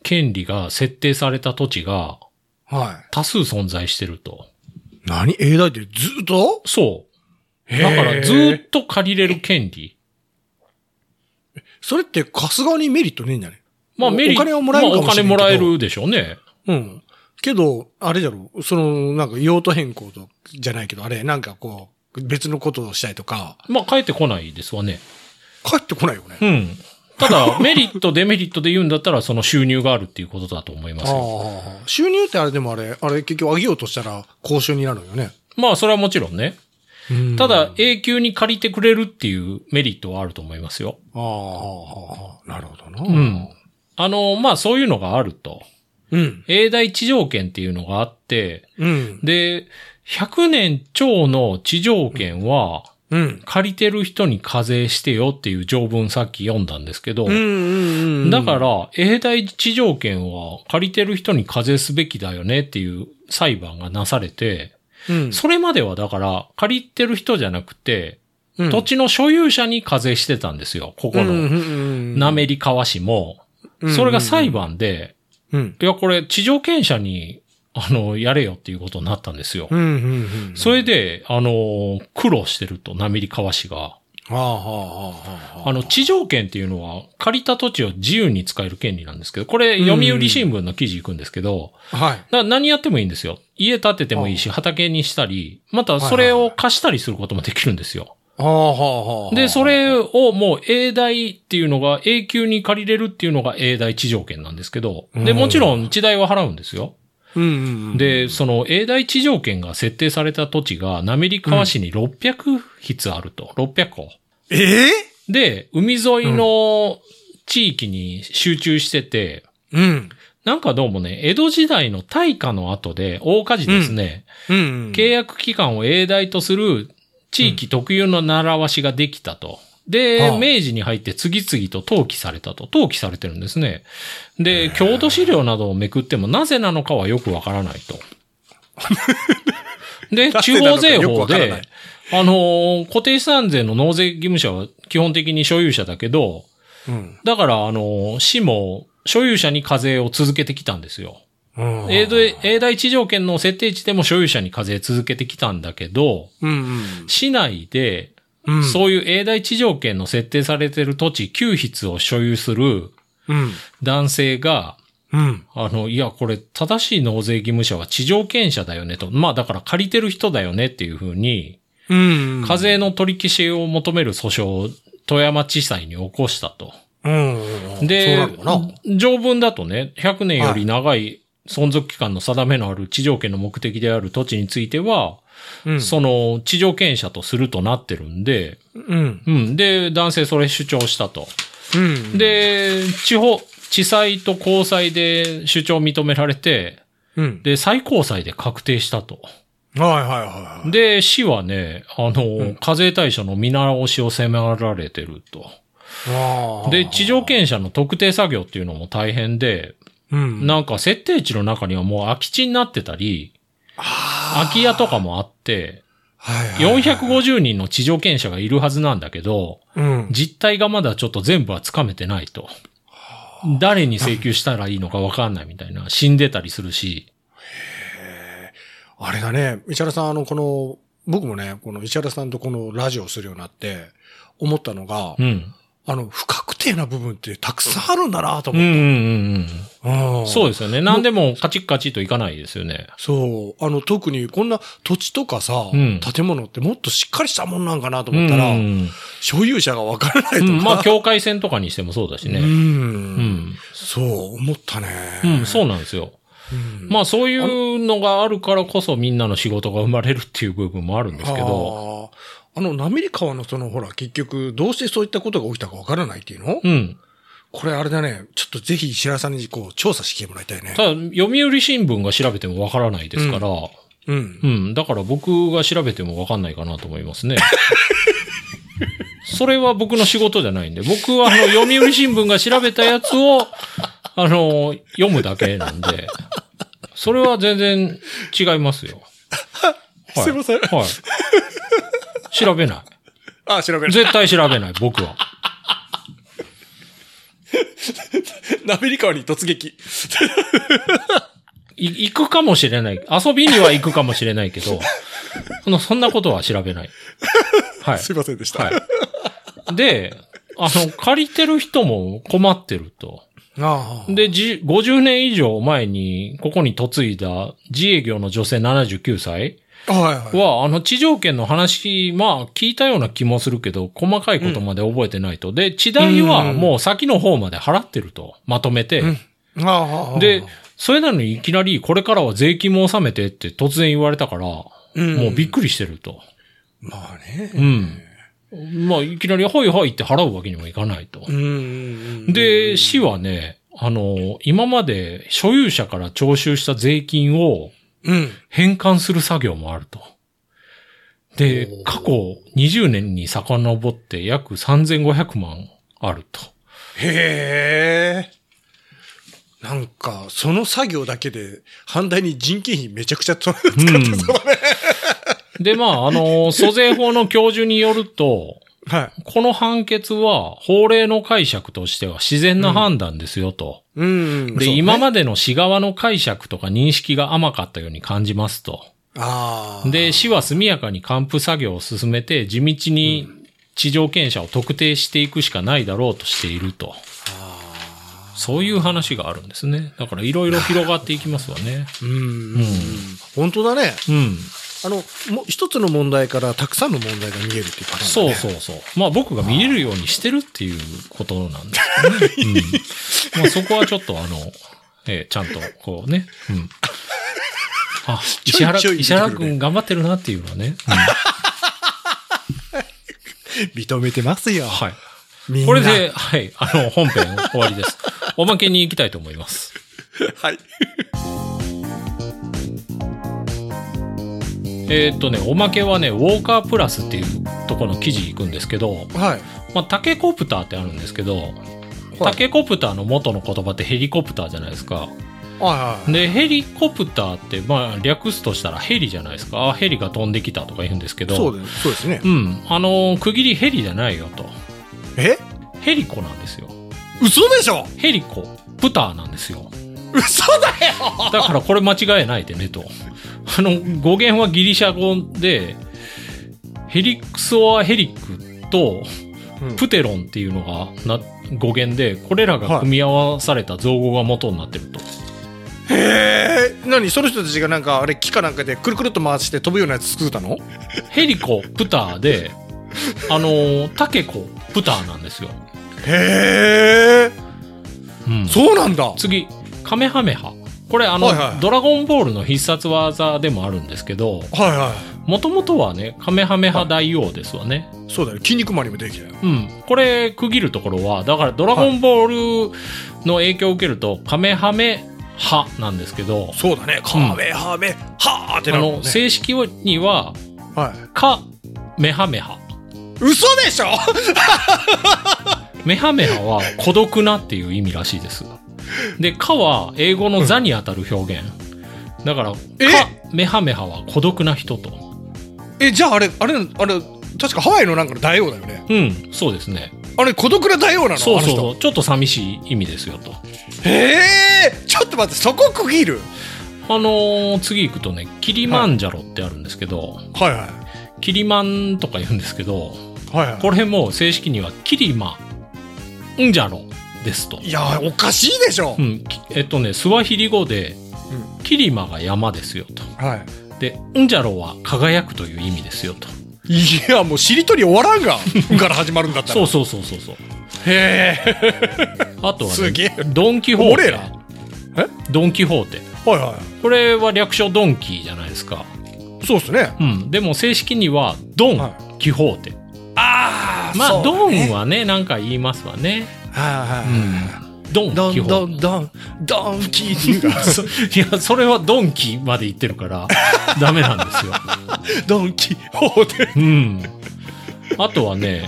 Speaker 3: 権利が設定された土地が
Speaker 4: はい。はい。
Speaker 3: 多数存在してると。
Speaker 4: 何永代ってずっと
Speaker 3: そう。
Speaker 4: へー
Speaker 3: だからずっと借りれる権利。
Speaker 4: それって貸す側にメリットねえんじゃね
Speaker 3: まあ
Speaker 4: お
Speaker 3: メリット。
Speaker 4: お金をもらえるかもしれんけど
Speaker 3: まあお金もらえるでしょうね。
Speaker 4: うん。けど、あれじゃろその、なんか用途変更と、じゃないけど、あれ、なんかこう、別のことをしたいとか、
Speaker 3: まあ返ってこないですわね。
Speaker 4: 帰ってこないよね。
Speaker 3: うん。ただ、 メリット、デメリットで言うんだったら、その収入があるっていうことだと思いますよ。
Speaker 4: ああ、収入ってあれでもあれ、あれ結局上げようとしたら交渉になるよね。
Speaker 3: まあ、それはもちろんね。
Speaker 4: うん
Speaker 3: た
Speaker 4: あ
Speaker 3: だ、永久に借りてくれるっていうメリットはあると思いますよ。
Speaker 4: あ、なるほどな。う
Speaker 3: うん。あの、まあ、そういうのがあると。
Speaker 4: うん。
Speaker 3: 永代地上権っていうのがあって、
Speaker 4: うん。
Speaker 3: で、100年超の地上権は、
Speaker 4: うん。
Speaker 3: 借りてる人に課税してよっていう条文さっき読んだんですけど、
Speaker 4: うん
Speaker 3: だか、ら、永代地上権は借りてる人に課税すべきだよねっていう裁判がなされて、
Speaker 4: うん
Speaker 3: それまではだから、借りてる人じゃなくて、
Speaker 4: うん
Speaker 3: 土地の所有者に課税してたんですよ、ここの。なめりかわしも。それが裁。判で、
Speaker 4: うん
Speaker 3: いや、これ、地上権者に、あの、やれよっていうことになったんですよ
Speaker 4: うん。うんうんうんうん。
Speaker 3: それで、あの、苦労してると、なめりかわしが。
Speaker 4: はあはあはあはあ。
Speaker 3: あの、地上権っていうのは、借りた土地を自由に使える権利なんですけど、これ、読売新聞の記事行くんですけど、
Speaker 4: はい。
Speaker 3: だから何やってもいいんですよ。家建ててもいいし、畑にしたり、またそれを貸したりすることもできるんですよ。
Speaker 4: はあはあはあ。
Speaker 3: で、そ、れをもう永代っていうのが、永久に借りれるっていうのが永代地上権なんですけど、で、もちろん地代は払うんですよ。
Speaker 4: うんうんうん。
Speaker 3: で、その永代地上権が設定された土地が、滑川市に600筆あると、600個。
Speaker 4: ええ
Speaker 3: で、海沿いの地域に集中してて、
Speaker 4: うん。
Speaker 3: なんかどうもね、江戸時代の大火の後で、大火事ですね、
Speaker 4: うん。
Speaker 3: 契約期間を永代とする地域特有の習わしができたと。で、
Speaker 4: はあ
Speaker 3: 明治に入って次々と登記されたと。登記されてるんですね。で、郷土資料などをめくってもなぜな のかはよくわからないと。で、
Speaker 4: なぜ
Speaker 3: 地
Speaker 4: なの
Speaker 3: 方
Speaker 4: か
Speaker 3: 税
Speaker 4: よくわ
Speaker 3: 法
Speaker 4: からない
Speaker 3: で、あのー固定資産税の納税義務者は基本的に所有者だけど、
Speaker 4: うん。
Speaker 3: だから、あのー市も所有者に課税を続けてきたんですよ。
Speaker 4: うん。
Speaker 3: 永代永代地上権の設定地でも所有者に課税続けてきたんだけど、
Speaker 4: うん
Speaker 3: 市内
Speaker 4: う
Speaker 3: で、
Speaker 4: ん。うん。
Speaker 3: そういう永代地上権の設定されてる土地9筆を所有する
Speaker 4: うん。
Speaker 3: 男性が、
Speaker 4: うん。
Speaker 3: あの、いや、これ、正しい納税義務者は地上権者だよねと。まあ、だから借りてる人だよねっていうふうに、
Speaker 4: うん。
Speaker 3: 課税の取り消しを求める訴訟を富山地裁に起こしたと。
Speaker 4: うん。そうな
Speaker 3: で
Speaker 4: のかな、
Speaker 3: 条文だとね、100年より長い存続期間の定めのある地上権の目的である土地については、
Speaker 4: うん。
Speaker 3: その地上権者とするとなってるんで、
Speaker 4: うん。
Speaker 3: うん。で、男性それ主張したと。
Speaker 4: うん。、
Speaker 3: で、地方、地裁と高裁で主張認められて、
Speaker 4: うん。
Speaker 3: で、最高裁で確定したと。
Speaker 4: はいはいはい。
Speaker 3: で、市はね、あの、課税対象の見直しを迫られてると。
Speaker 4: あー
Speaker 3: で、地上権者の特定作業っていうのも大変で、
Speaker 4: うん。
Speaker 3: なんか設定地の中にはもう空き地になってたり、空き家とかもあって、
Speaker 4: はいはいはい。
Speaker 3: 450人の地上権者がいるはずなんだけど、
Speaker 4: うん。
Speaker 3: 実態がまだちょっと全部はつかめてないと。誰に請求したらいいのかわかんないみたい な。死んでたりするし。
Speaker 4: あれだね、石原さん、あの、この、僕もね、この石原さんとこのラジオをするようになって、思ったのが、
Speaker 3: うん。
Speaker 4: あの、不確定な部分ってたくさんあるんだなと
Speaker 3: うんう
Speaker 4: 思っ
Speaker 3: んうん
Speaker 4: て。うん
Speaker 3: うん。そうですよね。何でもカチッカチッといかないですよね。
Speaker 4: そう。あの、特にこんな土地とかさ、
Speaker 3: うん
Speaker 4: 建物ってもっとしっかりしたもんなんかなと思ったら、
Speaker 3: うんうん
Speaker 4: 所有者がわからないとか。
Speaker 3: うん、まあ、境界線とかにしてもそうだし
Speaker 4: う。
Speaker 3: ね。うんん。
Speaker 4: そう、思ったね。。
Speaker 3: うん、そううなんですよ。
Speaker 4: ん
Speaker 3: まあ、そういうのがあるからこそみんなの仕事が生まれるっていう部分もあるんですけど。
Speaker 4: あー。あの、滑川のその、ほら、結局、どうしてそういったことが起きたかわからないっていうの、
Speaker 3: うん。
Speaker 4: これあれだね、ちょっとぜひ石原さんにこう、調査してもらいたいね。
Speaker 3: ただ、読売新聞が調べてもわからないですから、
Speaker 4: うん。
Speaker 3: うん。だから僕が調べてもわかんないかなと思いますね。 それは僕の仕事じゃないんで、僕はあの、読売新聞が調べたやつを、あの、読むだけなんで、それは全然違いま すよ。は
Speaker 4: すいません
Speaker 3: はい。調べな
Speaker 4: あ、調べる。
Speaker 3: い。絶対調べない、僕は。
Speaker 4: ナベリカワに突撃。
Speaker 3: い行くかもしれない。遊びには行くかもしれないけ ど、そのそんなことは調べない。はい。
Speaker 4: すいませんでした。
Speaker 3: はい。で、あの、借りてる人も困ってると。
Speaker 4: ああ。
Speaker 3: で、じ、50年以上前に、ここに嫁いだ自営業の女性79歳
Speaker 4: はいはい。
Speaker 3: は、あの、地上権の話、まあ、聞いたような気もするけど、細かいことまで覚えてないと。で、地代はもう先の方まで払ってると、まとめて。
Speaker 4: ああ。
Speaker 3: で、それなのにいきなり、これからは税金も納めてって突然言われたから、も
Speaker 4: うん
Speaker 3: うびっくりしてると。
Speaker 4: まあね。
Speaker 3: うん。まあ、いきなり、はいはいって払うわけにもいかないと。
Speaker 4: うん。
Speaker 3: で、市はね、あの、今まで所有者から徴収した税金を
Speaker 4: うん。
Speaker 3: 返還する作業もあると。で
Speaker 4: おー、
Speaker 3: 過去20年に遡って約3500万あると。
Speaker 4: へえ。なんか、その作業だけで、反対に人件費めちゃくちゃ取る。
Speaker 3: うん、で、まあ、あの、租税法の教授によると、
Speaker 4: はい。
Speaker 3: この判決は法令の解釈としては自然な判断ですよと。
Speaker 4: うん。
Speaker 3: で、
Speaker 4: そうね
Speaker 3: 今までの市側の解釈とか認識が甘かったように感じますと。
Speaker 4: ああ。
Speaker 3: で、市は速やかに還付作業を進めて、地道に地上権者を特定していくしかないだろうとしていると。そういう話があるんですね。だからいろいろ広がっていきますわね。
Speaker 4: うんうん。うん。本当だね。
Speaker 3: うん。
Speaker 4: あの、もう一つの問題からたくさんの問題が見えるっていうパターンだ
Speaker 3: そ
Speaker 4: ね。
Speaker 3: うそうそう。まあ僕が見れるようにしてるっていうことなんですね。うん。まあそこはちょっとあの、えーちゃんとこうね。うん。あ、石原、
Speaker 4: ちょいち
Speaker 3: 石
Speaker 4: ょい出
Speaker 3: 原
Speaker 4: てくるね
Speaker 3: 君頑張ってるなっていうのはね。
Speaker 4: 認めてますよ。
Speaker 3: はい。
Speaker 4: みんな
Speaker 3: これで、はい、あの、本編終わりです。おまけに行きたいと思います。
Speaker 4: はい。
Speaker 3: えーっとね、おまけはね、ウォーカープラスっていうところの記事行くんですけど、
Speaker 4: はい。
Speaker 3: まあ、タケコプターってあるんですけど、タケコプターの元の言葉ってヘリコプターじゃないですか。
Speaker 4: はい
Speaker 3: で、ヘリコプターって、まあ、略すとしたらヘリじゃないですか。あ、ヘリが飛んできたとか言うんですけど。
Speaker 4: そうですそうですね
Speaker 3: うん。あのー区切りヘリじゃないよと。
Speaker 4: え
Speaker 3: ヘリコなんですよ。
Speaker 4: 嘘でしょ
Speaker 3: ヘリコ、プターなんですよ。
Speaker 4: 嘘だよ
Speaker 3: だからこれ間違えないでねと。あの、語源はギリシャ語で、ヘリクソアヘリクと
Speaker 4: うん
Speaker 3: プテロンっていうのがな語源で、これらが組み合わされた造語が元になってると。
Speaker 4: へえ何その人たちがなんかあれ木かなんかでくるくるっと回して飛ぶようなやつ作ったの
Speaker 3: ヘリコ、プターで、あのータケコ、プターなんですよ。
Speaker 4: へえ
Speaker 3: うん
Speaker 4: そうなんだ
Speaker 3: 次、カメハメハ。これあの、
Speaker 4: はいはい
Speaker 3: ドラゴンボールの必殺技でもあるんですけど、
Speaker 4: はいは
Speaker 3: もともとはね、カメハメハ大王ですわね。
Speaker 4: いそうだよ筋肉マンにもできたよ
Speaker 3: うん、これ区切るところはだから「ドラゴンボール」の影響を受けると「カメハメハ」なんですけど、
Speaker 4: そうだねカメハメハーって
Speaker 3: あ
Speaker 4: なるもん
Speaker 3: の
Speaker 4: ね
Speaker 3: 正式には
Speaker 4: はい
Speaker 3: 「カメハメハ
Speaker 4: 嘘でしょ」
Speaker 3: メハメハは孤独なっていう意味らしいですで「カ」は英語の「ザ」にあたる表現、だから「
Speaker 4: え
Speaker 3: カ」メハメハは孤独な人と
Speaker 4: えじゃああれあれあれ確かハワイのなんかの大王だよね
Speaker 3: うんそうですね
Speaker 4: あれ孤独な大王なの
Speaker 3: そうそう
Speaker 4: あ
Speaker 3: そ
Speaker 4: の
Speaker 3: うちょっと寂しい意味ですよと
Speaker 4: 人へえちょっと待ってそこ区切る
Speaker 3: あのー次行くとね「キリマンジャロ」ってあるんですけど、
Speaker 4: はいはい
Speaker 3: キリマンとか言うんですけど
Speaker 4: はいはい
Speaker 3: これも正式にはキリマンジャロですと。
Speaker 4: いやおかしいでしょ、
Speaker 3: うん、きえっとね、スワヒリ語で、
Speaker 4: う
Speaker 3: キリマが山ですよと。
Speaker 4: はい
Speaker 3: で、ンジャロは輝くという意味ですよと。
Speaker 4: いやもうしりとり終わらん が「うん」から始まるんだったら
Speaker 3: そうそうそうそうそう。
Speaker 4: へえ
Speaker 3: あとは、ね、
Speaker 4: すげえ
Speaker 3: ドン・キホー
Speaker 4: 俺
Speaker 3: テ
Speaker 4: ら。
Speaker 3: ドン・キホーテ。
Speaker 4: はいは
Speaker 3: これは略称ドンキじゃないですか。
Speaker 4: いそうですね
Speaker 3: うん。でも正式にはド
Speaker 4: は
Speaker 3: ン・キホーテ。
Speaker 4: ああ
Speaker 3: まあ、ドン
Speaker 4: は
Speaker 3: はね、なんか言いますわね。
Speaker 4: は
Speaker 3: ドン・
Speaker 4: いドン
Speaker 3: キホーテ
Speaker 4: ド。ンドンドンキーティー
Speaker 3: そ いや、それはドンキまで言って るから、ダメなんですよ。
Speaker 4: ドンキホーテ
Speaker 3: うん。あとはね、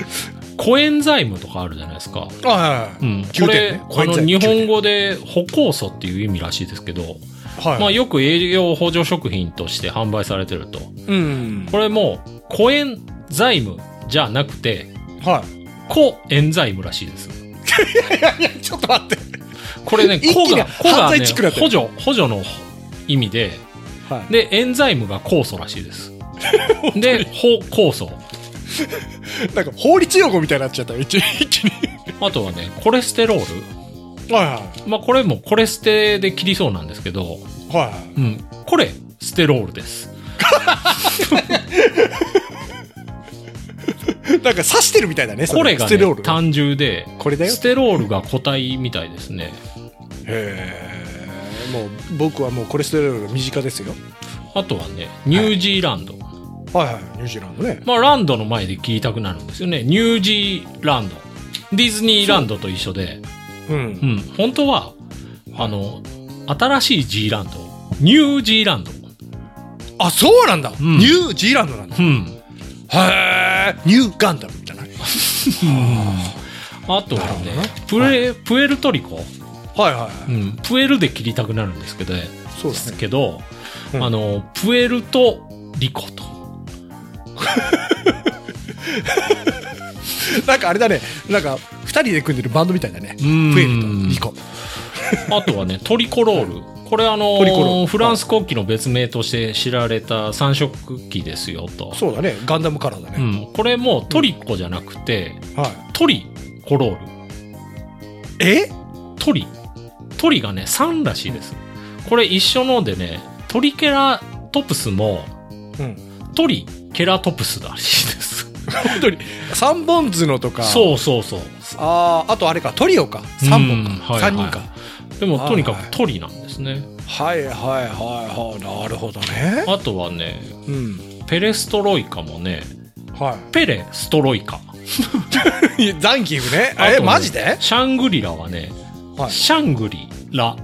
Speaker 3: コエンザイムとかあるじゃないですか。
Speaker 4: は
Speaker 3: う
Speaker 4: い
Speaker 3: ん。こ
Speaker 4: 九
Speaker 3: れ、
Speaker 4: 点ねコ
Speaker 3: あ
Speaker 4: エン
Speaker 3: の、
Speaker 4: ザイム
Speaker 3: 日本語で、歩酵素っていう意味らしいですけど、
Speaker 4: はい
Speaker 3: まあ、
Speaker 4: い
Speaker 3: よく栄養補助食品として販売されてると。
Speaker 4: うん
Speaker 3: これも、コエンザイムじゃなくて、
Speaker 4: は
Speaker 3: コエンザイムらしいです。
Speaker 4: いいやいやちょっと待って
Speaker 3: これね、
Speaker 4: 一
Speaker 3: コ
Speaker 4: 気に
Speaker 3: が、コが
Speaker 4: 犯
Speaker 3: ね、
Speaker 4: 罪チックになってる
Speaker 3: 補助、補助の意味で、
Speaker 4: は
Speaker 3: で、エンザイムが酵素らし いです。で、ほ酵素。
Speaker 4: いなんか法律用語みたいになっちゃったよ一一に
Speaker 3: あとはね、コレステロー
Speaker 4: はいは
Speaker 3: ル。まあ、これもコレステで切りそうなんですけど、
Speaker 4: いはい
Speaker 3: うん、これ、ステロールです。
Speaker 4: なんか刺してるみたいだねそ
Speaker 3: これが、
Speaker 4: ステロー
Speaker 3: ね、
Speaker 4: ル
Speaker 3: 単純で、
Speaker 4: これだよ
Speaker 3: ステロールが固体みたいですね。
Speaker 4: へえもう僕はもうコレステロールが身近ですよ
Speaker 3: あとはね、ニュージーランド。
Speaker 4: はいはいニュージーランドね
Speaker 3: まあ、ランドの前で切りたくなるんですよね。ニュージーランド。ディズニーランドと一緒で、
Speaker 4: う
Speaker 3: うんん、本当は、あの、新しいジーランド。ニュージーランド。
Speaker 4: あそうなんだ
Speaker 3: ん
Speaker 4: ニュージーランドなんだ
Speaker 3: うん。
Speaker 4: へえニューガンダムみたいな
Speaker 3: あとはね
Speaker 4: なる
Speaker 3: プエ、プエルトリコ、
Speaker 4: はいは
Speaker 3: う
Speaker 4: い
Speaker 3: ん、プエルで切りたくなるんですけど、
Speaker 4: そうで
Speaker 3: ですす
Speaker 4: ね
Speaker 3: けど、
Speaker 4: うん
Speaker 3: あの、プエルトリコと。
Speaker 4: なんかあれだねなんか二人で組んでるバンドみたいだね
Speaker 3: う
Speaker 4: プ
Speaker 3: ん
Speaker 4: エルとリコ
Speaker 3: あとはね、トリコロール。これあの
Speaker 4: トリコロール
Speaker 3: フランス国旗の別名として知られた三色旗ですよと。
Speaker 4: そうだねガンダムカラーだ
Speaker 3: う
Speaker 4: ね
Speaker 3: ん、これもトリコじゃなくて、
Speaker 4: は
Speaker 3: トリコロール。
Speaker 4: いえ
Speaker 3: トリ。トリがね、3らしいです。これ一緒のでね、トリケラトプスも
Speaker 4: うん
Speaker 3: トリケラトプスらしいです。
Speaker 4: 本当に三本角とかう
Speaker 3: そうそうそう。
Speaker 4: あーあとあれかトリオか三本
Speaker 3: うん
Speaker 4: か
Speaker 3: はい
Speaker 4: 三人か
Speaker 3: でもとにか
Speaker 4: はいはい
Speaker 3: くトリなんですね。
Speaker 4: はいはいはいはいなるほどね
Speaker 3: あとはね、
Speaker 4: うん
Speaker 3: ペレストロイカもね、
Speaker 4: は
Speaker 3: ペレストロイカ。
Speaker 4: い ザンキーフね
Speaker 3: あと
Speaker 4: え
Speaker 3: ね
Speaker 4: マジで
Speaker 3: シャングリラはね、
Speaker 4: はい
Speaker 3: シャングリラ。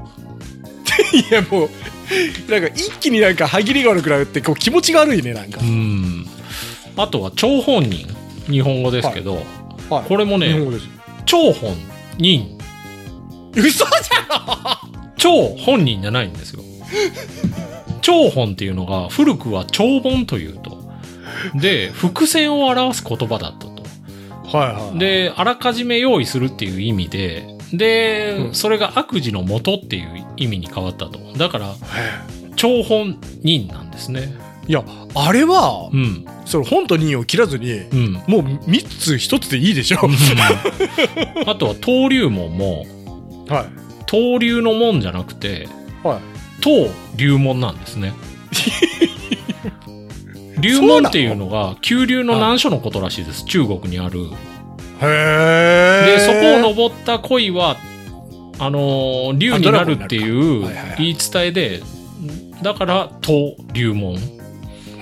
Speaker 4: いやもうなんか一気になんか歯切りが悪くなるってこう気持ちが悪いねなんか
Speaker 3: う、ん。あとは張本人。日本語ですけど、
Speaker 4: はい
Speaker 3: これも
Speaker 4: 日本
Speaker 3: ね、
Speaker 4: 語です
Speaker 3: 張本人。
Speaker 4: 嘘じゃん
Speaker 3: 張本人じゃない んですよ。張本っていうのが古くは張本というと。で、伏線を表す言葉だったと。
Speaker 4: はいはい。
Speaker 3: で、あらかじめ用意するっていう意味で、で、
Speaker 4: うん
Speaker 3: それが悪事の元っていう意味に変わったと。だから、張本人なんですね。
Speaker 4: いや、あれは
Speaker 3: う、ん。
Speaker 4: その本と任を切らずに、
Speaker 3: うん。
Speaker 4: もう3つ1つでいいでしょ。
Speaker 3: あとは登竜門も、
Speaker 4: は
Speaker 3: 登竜の門じゃなくて、
Speaker 4: い。はい。
Speaker 3: 東竜門なんです ね。竜門っていうのが九流の難所のことらしいです。中国にある。
Speaker 4: へえ。
Speaker 3: で、そこを登った恋は、あのー竜になるっていう
Speaker 4: あドラゴンになるかはいはいはい
Speaker 3: 言い伝えで、だから、東竜門。
Speaker 4: ね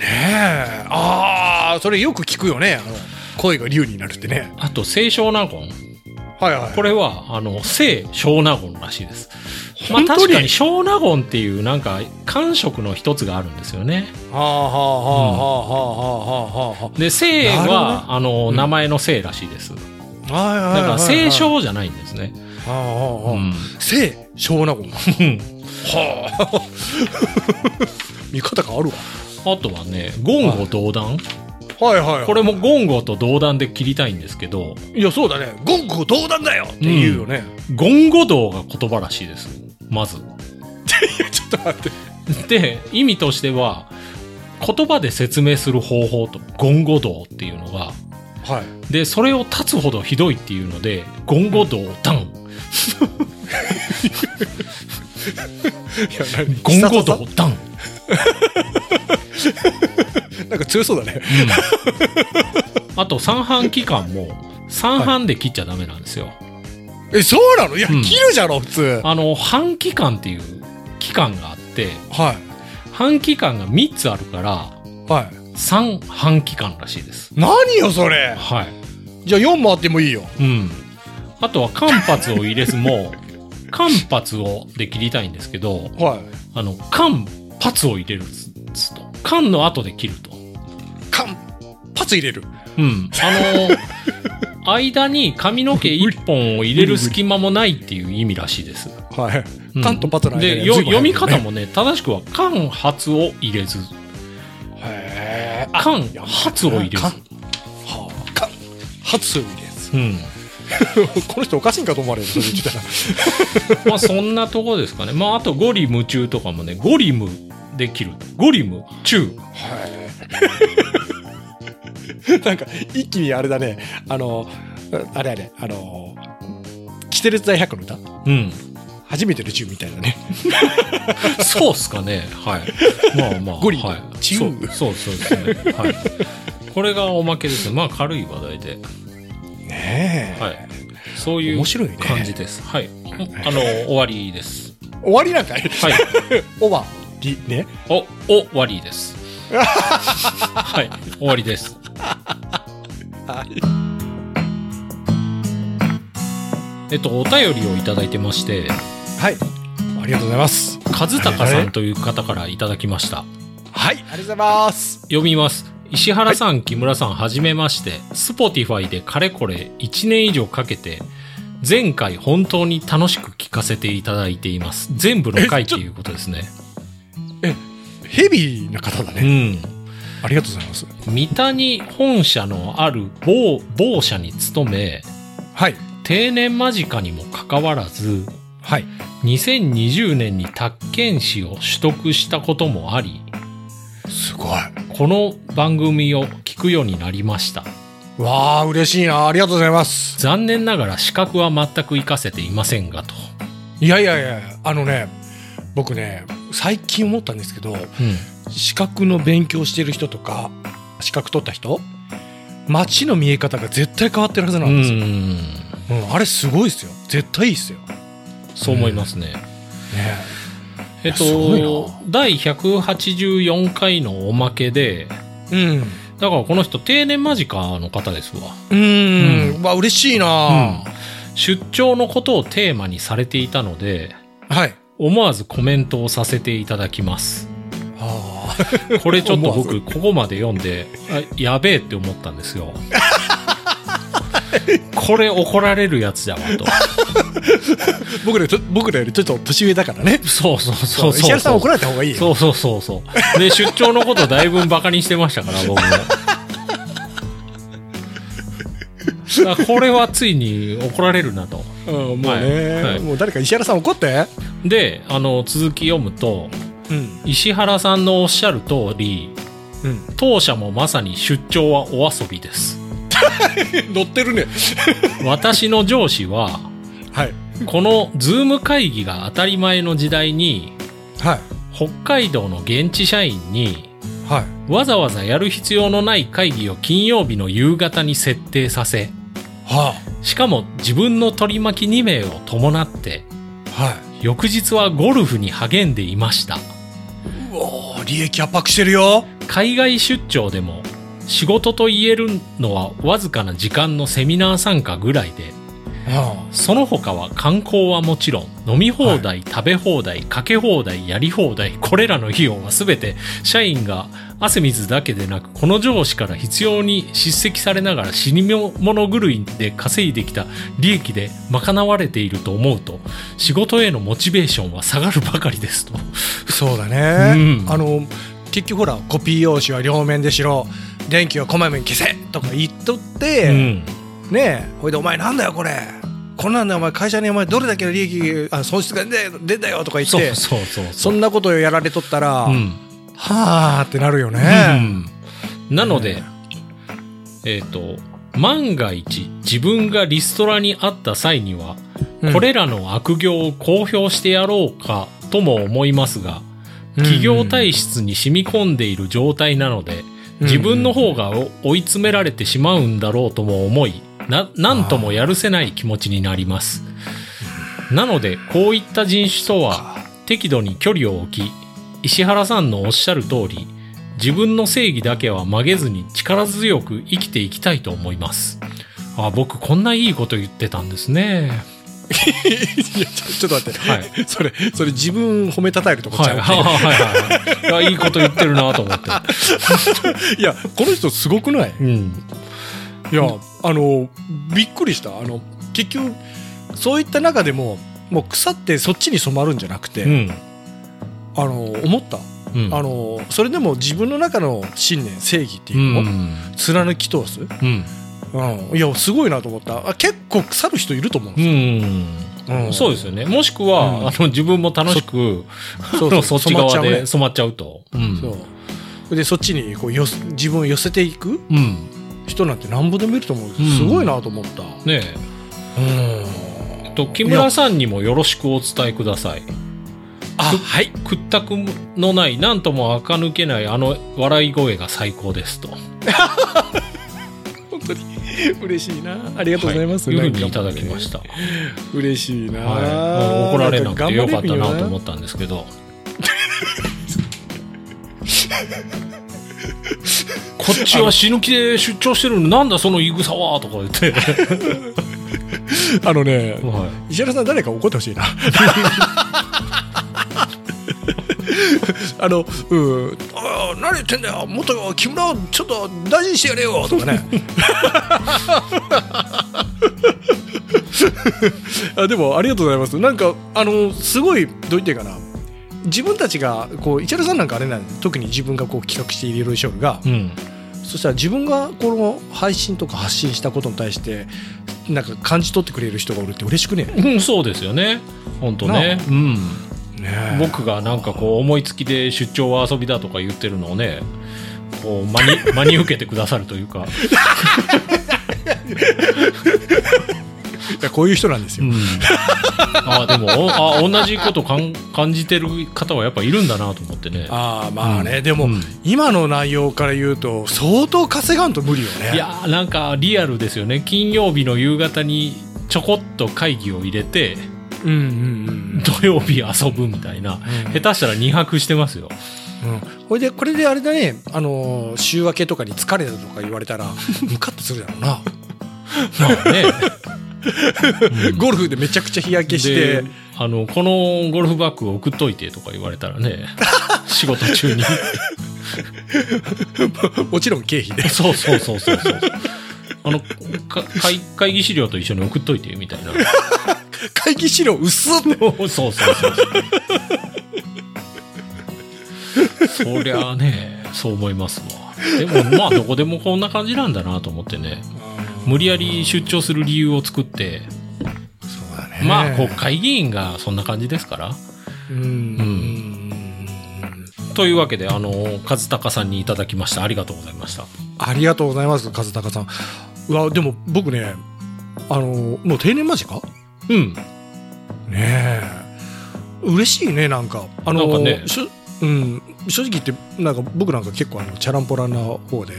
Speaker 4: え。ああ、それよく聞くよね。あの声が竜になるってね。
Speaker 3: あと、清少納言。
Speaker 4: はいはい。
Speaker 3: これは、あの、清少納言らしいです。まあ
Speaker 4: 本当に
Speaker 3: 確かに小納言っていうなんか、官職の一つがあるんですよね。
Speaker 4: はあはあはあはあはあはあはあは
Speaker 3: で、清
Speaker 4: なるほどね
Speaker 3: は、あの、
Speaker 4: うん
Speaker 3: 名前の清らしいです。だ
Speaker 4: あ。はいはいはいはい。
Speaker 3: から、清。少じゃないんですね。
Speaker 4: はあはあ
Speaker 3: う
Speaker 4: はあ。
Speaker 3: ん
Speaker 4: 清少納言か。
Speaker 3: うん
Speaker 4: はあ。見方があるわ。
Speaker 3: あとはね、言語道断。
Speaker 4: はいはいはい。
Speaker 3: これも言語と道断で切りたいんですけど、
Speaker 4: いや、そうだね。言語道断だよって言うよね。
Speaker 3: 言語道が言葉らしいです。まず。
Speaker 4: ちょっと待って。
Speaker 3: で、意味としては、言葉で説明する方法と言語道っていうのが、
Speaker 4: はい。
Speaker 3: で、それを立つほどひどいっていうので、言語道断。
Speaker 4: いや、何
Speaker 3: 言語道断。
Speaker 4: なんか強そうだね。
Speaker 3: あと、三半期間も、三半で切っちゃダメなんですよ。
Speaker 4: え、そうなのいや、
Speaker 3: うん
Speaker 4: 切るじゃろ、普通。
Speaker 3: あの、半期間っていう期間があって、
Speaker 4: は
Speaker 3: 半期間が3つあるから、
Speaker 4: い。はい。
Speaker 3: 三半期間らしいです。
Speaker 4: 何よ、それ。
Speaker 3: はい。
Speaker 4: じゃあ4もあってもいいよ。
Speaker 3: うん。あとは間髪を入れずも、間髪をで切りたいんですけど、
Speaker 4: はい。
Speaker 3: あの、間髪を入れるつと。間の後で切ると。
Speaker 4: カンパツ入れる。
Speaker 3: うん。あの、間に髪の毛一本を入れる隙間もないっていう意味らしいです。
Speaker 4: はい。
Speaker 3: うん
Speaker 4: カンとパツの間に
Speaker 3: で、よ
Speaker 4: 随分
Speaker 3: 読
Speaker 4: 入
Speaker 3: み
Speaker 4: るよね
Speaker 3: 方もね、正しくは間髪を入れず、
Speaker 4: へえ。あ、
Speaker 3: 間髪を入れず
Speaker 4: カ。ン。はあ、カン。ハツ入れず。
Speaker 3: うん。
Speaker 4: この人おかしいんかと思われる。それ言ってたら。
Speaker 3: まあそんなとこですかね。まああとゴリ夢中とかもね、ゴリムで切ると。ゴリム中。
Speaker 4: はい。 なんか、一気にあれだね。あの、あれあれ、あの、キテレツ大百科の歌
Speaker 3: うん。
Speaker 4: 初めての中みたいなね。
Speaker 3: そうっすかね。はい。まあまあ。
Speaker 4: ゴリム
Speaker 3: はい、
Speaker 4: 中
Speaker 3: そうそうそうですね。はい。これがおまけですね。まあ軽い話題で。
Speaker 4: ねえ。
Speaker 3: はい。そうい
Speaker 4: 面白いうね
Speaker 3: 感じです。はい。あの、終わりです。
Speaker 4: 終わりなんかい
Speaker 3: はい。
Speaker 4: 終わりね。
Speaker 3: お、お、終わりです。はい。終わりです。えっと、お便りをいただいてまして、
Speaker 4: はい。ありがとうございます。
Speaker 3: 和孝さんという方からいただきました。
Speaker 4: はい。ありがとうございます。
Speaker 3: 読みます。石原さん、木村さん、はじめまして。Spotify でかれこれ1年以上かけて、前回本当に楽しく聞かせていただいています。全部の回っていうことですね。
Speaker 4: ヘビーな方だ
Speaker 3: う
Speaker 4: ね。
Speaker 3: ん。
Speaker 4: ありがとうございます。
Speaker 3: 三谷本社のある某某社に勤め、
Speaker 4: はい。
Speaker 3: 定年間近にもかかわらず、
Speaker 4: はい。
Speaker 3: 2020年に宅建士を取得したこともあり、
Speaker 4: すごい。
Speaker 3: この番組を聞くようになりました。
Speaker 4: わあ、嬉しいな。ありがとうございます。
Speaker 3: 残念ながら資格は全く活かせていませんがと。
Speaker 4: いやいやいや、あのね、僕ね、最近思ったんですけど、
Speaker 3: うん。
Speaker 4: 資格の勉強してる人とか、資格取った人、街の見え方が絶対変わってるはずなんですよ。
Speaker 3: ん。
Speaker 4: うんあれすごいですよ。絶対いいですよ。ね
Speaker 3: そう思いますね。
Speaker 4: い
Speaker 3: えっ
Speaker 4: やすごい
Speaker 3: と、第184回のおまけで、
Speaker 4: うん。
Speaker 3: だからこの人定年間近の方ですわ。
Speaker 4: うーん、まあ嬉しいな、
Speaker 3: 出張のことをテーマにされていたので、
Speaker 4: はい。
Speaker 3: 思わずコメントをさせていただき ます。
Speaker 4: あ
Speaker 3: これちょっ
Speaker 4: 思
Speaker 3: と
Speaker 4: わ
Speaker 3: 僕、ここまで読んで、あやべえって思ったんですよ。これ怒られるやつだわと。
Speaker 4: 僕らよりちょ僕らよりちょっと年上だからね
Speaker 3: そうそう
Speaker 4: そ
Speaker 3: そうう。
Speaker 4: 石原さん怒られた方がいいよ
Speaker 3: そうそうそうそう。で、出張のことだいぶバカにしてましたから、僕も。だからこれはついに怒られるなと。
Speaker 4: うん、もうね、
Speaker 3: はいはい
Speaker 4: もう誰か石原さん怒って
Speaker 3: で、あの、続き読むと、
Speaker 4: うん
Speaker 3: 石原さんのおっしゃる通り、
Speaker 4: うん
Speaker 3: 当社もまさに出張はお遊びです。
Speaker 4: 乗ってるね
Speaker 3: 私の上司は、
Speaker 4: はい
Speaker 3: このズーム会議が当たり前の時代に、
Speaker 4: はい
Speaker 3: 北海道の現地社員に、
Speaker 4: はい
Speaker 3: わざわざやる必要のない会議を金曜日の夕方に設定させ、
Speaker 4: は
Speaker 3: しかも自分の取り巻き2名を伴って、
Speaker 4: あはい
Speaker 3: 翌日はゴルフに励んでいました。
Speaker 4: うわー利益圧迫してるよ
Speaker 3: 海外出張でも、仕事と言えるのはわずかな時間のセミナー参加ぐらいで、
Speaker 4: は
Speaker 3: その他は観光はもちろん、飲み放題、食べ放題、かけ放題、やり放題、これらの費用はすべて社員が汗水だけでなく、この上司から必要に叱責されながら死に物狂いで稼いできた利益で賄われていると思うと、仕事へのモチベーションは下がるばかりですと。
Speaker 4: あそうだね、
Speaker 3: うん
Speaker 4: あの結局ほらコピー用紙は両面でしろ電気はこまめに消せとか言っとって、
Speaker 3: うん。
Speaker 4: ねえほいで「お前なんだよこれこんなんでお前会社にお前どれだけの利益あ損失が出出んだよ」とか言っ
Speaker 3: そう
Speaker 4: てそ
Speaker 3: そうそう。
Speaker 4: んなことをやられとったら、
Speaker 3: うん。
Speaker 4: はあってなるよね、
Speaker 3: うん、なので、えっ、と万が一自分がリストラにあった際には、
Speaker 4: うん
Speaker 3: これらの悪行を公表してやろうかとも思いますが
Speaker 4: うん
Speaker 3: 企業体質に染み込んでいる状態なので
Speaker 4: うん
Speaker 3: 自分の方がお追い詰められてしまうんだろうとも思いななんともやるせない気持ちになりますなのでこういった人種とは適度に距離を置き石原さんのおっしゃる通り自分の正義だけは曲げずに力強く生きていきたいと思いますあ僕こんないいこと言ってたんですね
Speaker 4: いやちょちょっと待って、
Speaker 3: はい
Speaker 4: それそれ自分褒めたたえるとこち
Speaker 3: は
Speaker 4: ゃ、
Speaker 3: いうはいはいはいいやいいこと言ってるなと思って
Speaker 4: い、やこの人すごくない
Speaker 3: うん
Speaker 4: いやあのびっくりしたあの結局そういった中でももう腐ってそっちに染まるんじゃなくて、
Speaker 3: うん
Speaker 4: あの思った、
Speaker 3: うん
Speaker 4: あのそれでも自分の中の信念正義って
Speaker 3: う
Speaker 4: いうのを
Speaker 3: ん
Speaker 4: 貫き通す、
Speaker 3: うん
Speaker 4: うん、いやすごいなと思ったあ結構腐る人いると思う
Speaker 3: うんん
Speaker 4: うん
Speaker 3: そうですよね。もしくは、
Speaker 4: うん
Speaker 3: あの、自分も楽しく、
Speaker 4: そう
Speaker 3: あのそっち側で
Speaker 4: 染
Speaker 3: 染まっちゃうと。うん。
Speaker 4: まっちゃうねそうでそっちにこうよ自分を寄せていく
Speaker 3: うん。
Speaker 4: 人なんてなんぼでもいると思う、
Speaker 3: ん
Speaker 4: すごいなと思った
Speaker 3: ね
Speaker 4: うん
Speaker 3: え。と、木村さんにもよろしくお伝えください。
Speaker 4: あはい
Speaker 3: 屈託のない、なんとも垢抜けない、あの笑い声が最高ですと。
Speaker 4: 本当に 嬉しいなありがとうございます、
Speaker 3: はいうふ
Speaker 4: な
Speaker 3: う
Speaker 4: ん
Speaker 3: に
Speaker 4: か
Speaker 3: いただきました。
Speaker 4: 嬉しいな、
Speaker 3: はい。怒られなくてよかったなと思
Speaker 4: って
Speaker 3: ったんですけど。 こっちは死ぬ気で出張してるのになんだそのイグサはとか言って。
Speaker 4: あのね
Speaker 3: はい
Speaker 4: 石原さん誰か怒ってほしいなあのうん「あー何言ってんだよもっと木村をちょっと大事にしてやれよ」とかねあでもありがとうございますなんかあのすごいどう言っていいかな自分たちがこう石原さんなんかあれなんで特に自分がこう企画しているいろいろショーが、
Speaker 3: うん。
Speaker 4: そしたら自分がこの配信とか発信したことに対してなんか感じ取ってくれる人がおるって嬉しくね
Speaker 3: うん、そうですよね。本当ね
Speaker 4: な。
Speaker 3: うん。
Speaker 4: ね
Speaker 3: 僕がなんかこう思いつきで出張は遊びだとか言ってるのをね、こう真 に、真に受けてくださるというか。
Speaker 4: いやこういう人なんです
Speaker 3: う
Speaker 4: よ、
Speaker 3: ん。あでも、おあ同じことかん感じてる方はやっぱいるんだなと思ってね。
Speaker 4: ああまあね、
Speaker 3: うん
Speaker 4: でも、
Speaker 3: うん
Speaker 4: 今の内容から言うと相当稼がんと無理よね
Speaker 3: いやーなんかリアルですよね。金曜日の夕方にちょこっと会議を入れて、
Speaker 4: うんうんうん
Speaker 3: 土曜日遊ぶみたいな。下手したら2泊してますよ。
Speaker 4: うん、これでこれであれだね、あのー週明けとかに疲れたとか言われた らムカッとするだろうな、
Speaker 3: まあね。うん
Speaker 4: ゴルフでめちゃくちゃ日焼けして
Speaker 3: であのこのゴルフバッグを送っといてとか言われたら ね仕事中に
Speaker 4: もちろん経費で
Speaker 3: そうそうそうそうそうあの、か会会議資料と一緒に送っといて、みたいな。
Speaker 4: 会議資料薄っって
Speaker 3: そうそうそうそう。そりゃあね、そう思いますわ。でもまあどこでもこんな感じなんだなと思ってね。無理やり出張する理由を作って、
Speaker 4: そうだね
Speaker 3: まあ国会議員がそんな感じですから。
Speaker 4: うん
Speaker 3: というわけで、あの、和孝さんにいただきました。ありがとうございました。
Speaker 4: ありがとうございます和孝さんうわでも僕ねあのもう定年間近
Speaker 3: うん。
Speaker 4: ねえ嬉しいねなんかあの
Speaker 3: なんかね
Speaker 4: しょうん、正直言ってなんか僕なんか結構あのチャランポランな方で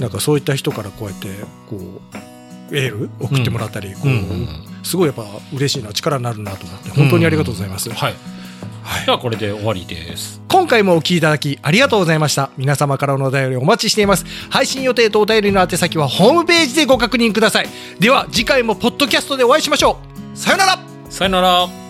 Speaker 4: なんかそういった人からこうやってこうエール送ってもらったり、こう
Speaker 3: うんうん
Speaker 4: すごいやっぱ嬉しいな力になるなと思って本当にありがとうございます、
Speaker 3: はい。
Speaker 4: はい
Speaker 3: ではこれで終わりです。
Speaker 4: 今回もお聞きいただきありがとうございました皆様からのお便りお待ちしています配信予定とお便りの宛先はホームページでご確認くださいでは次回もポッドキャストでお会いしましょうさよなら
Speaker 3: さよなら。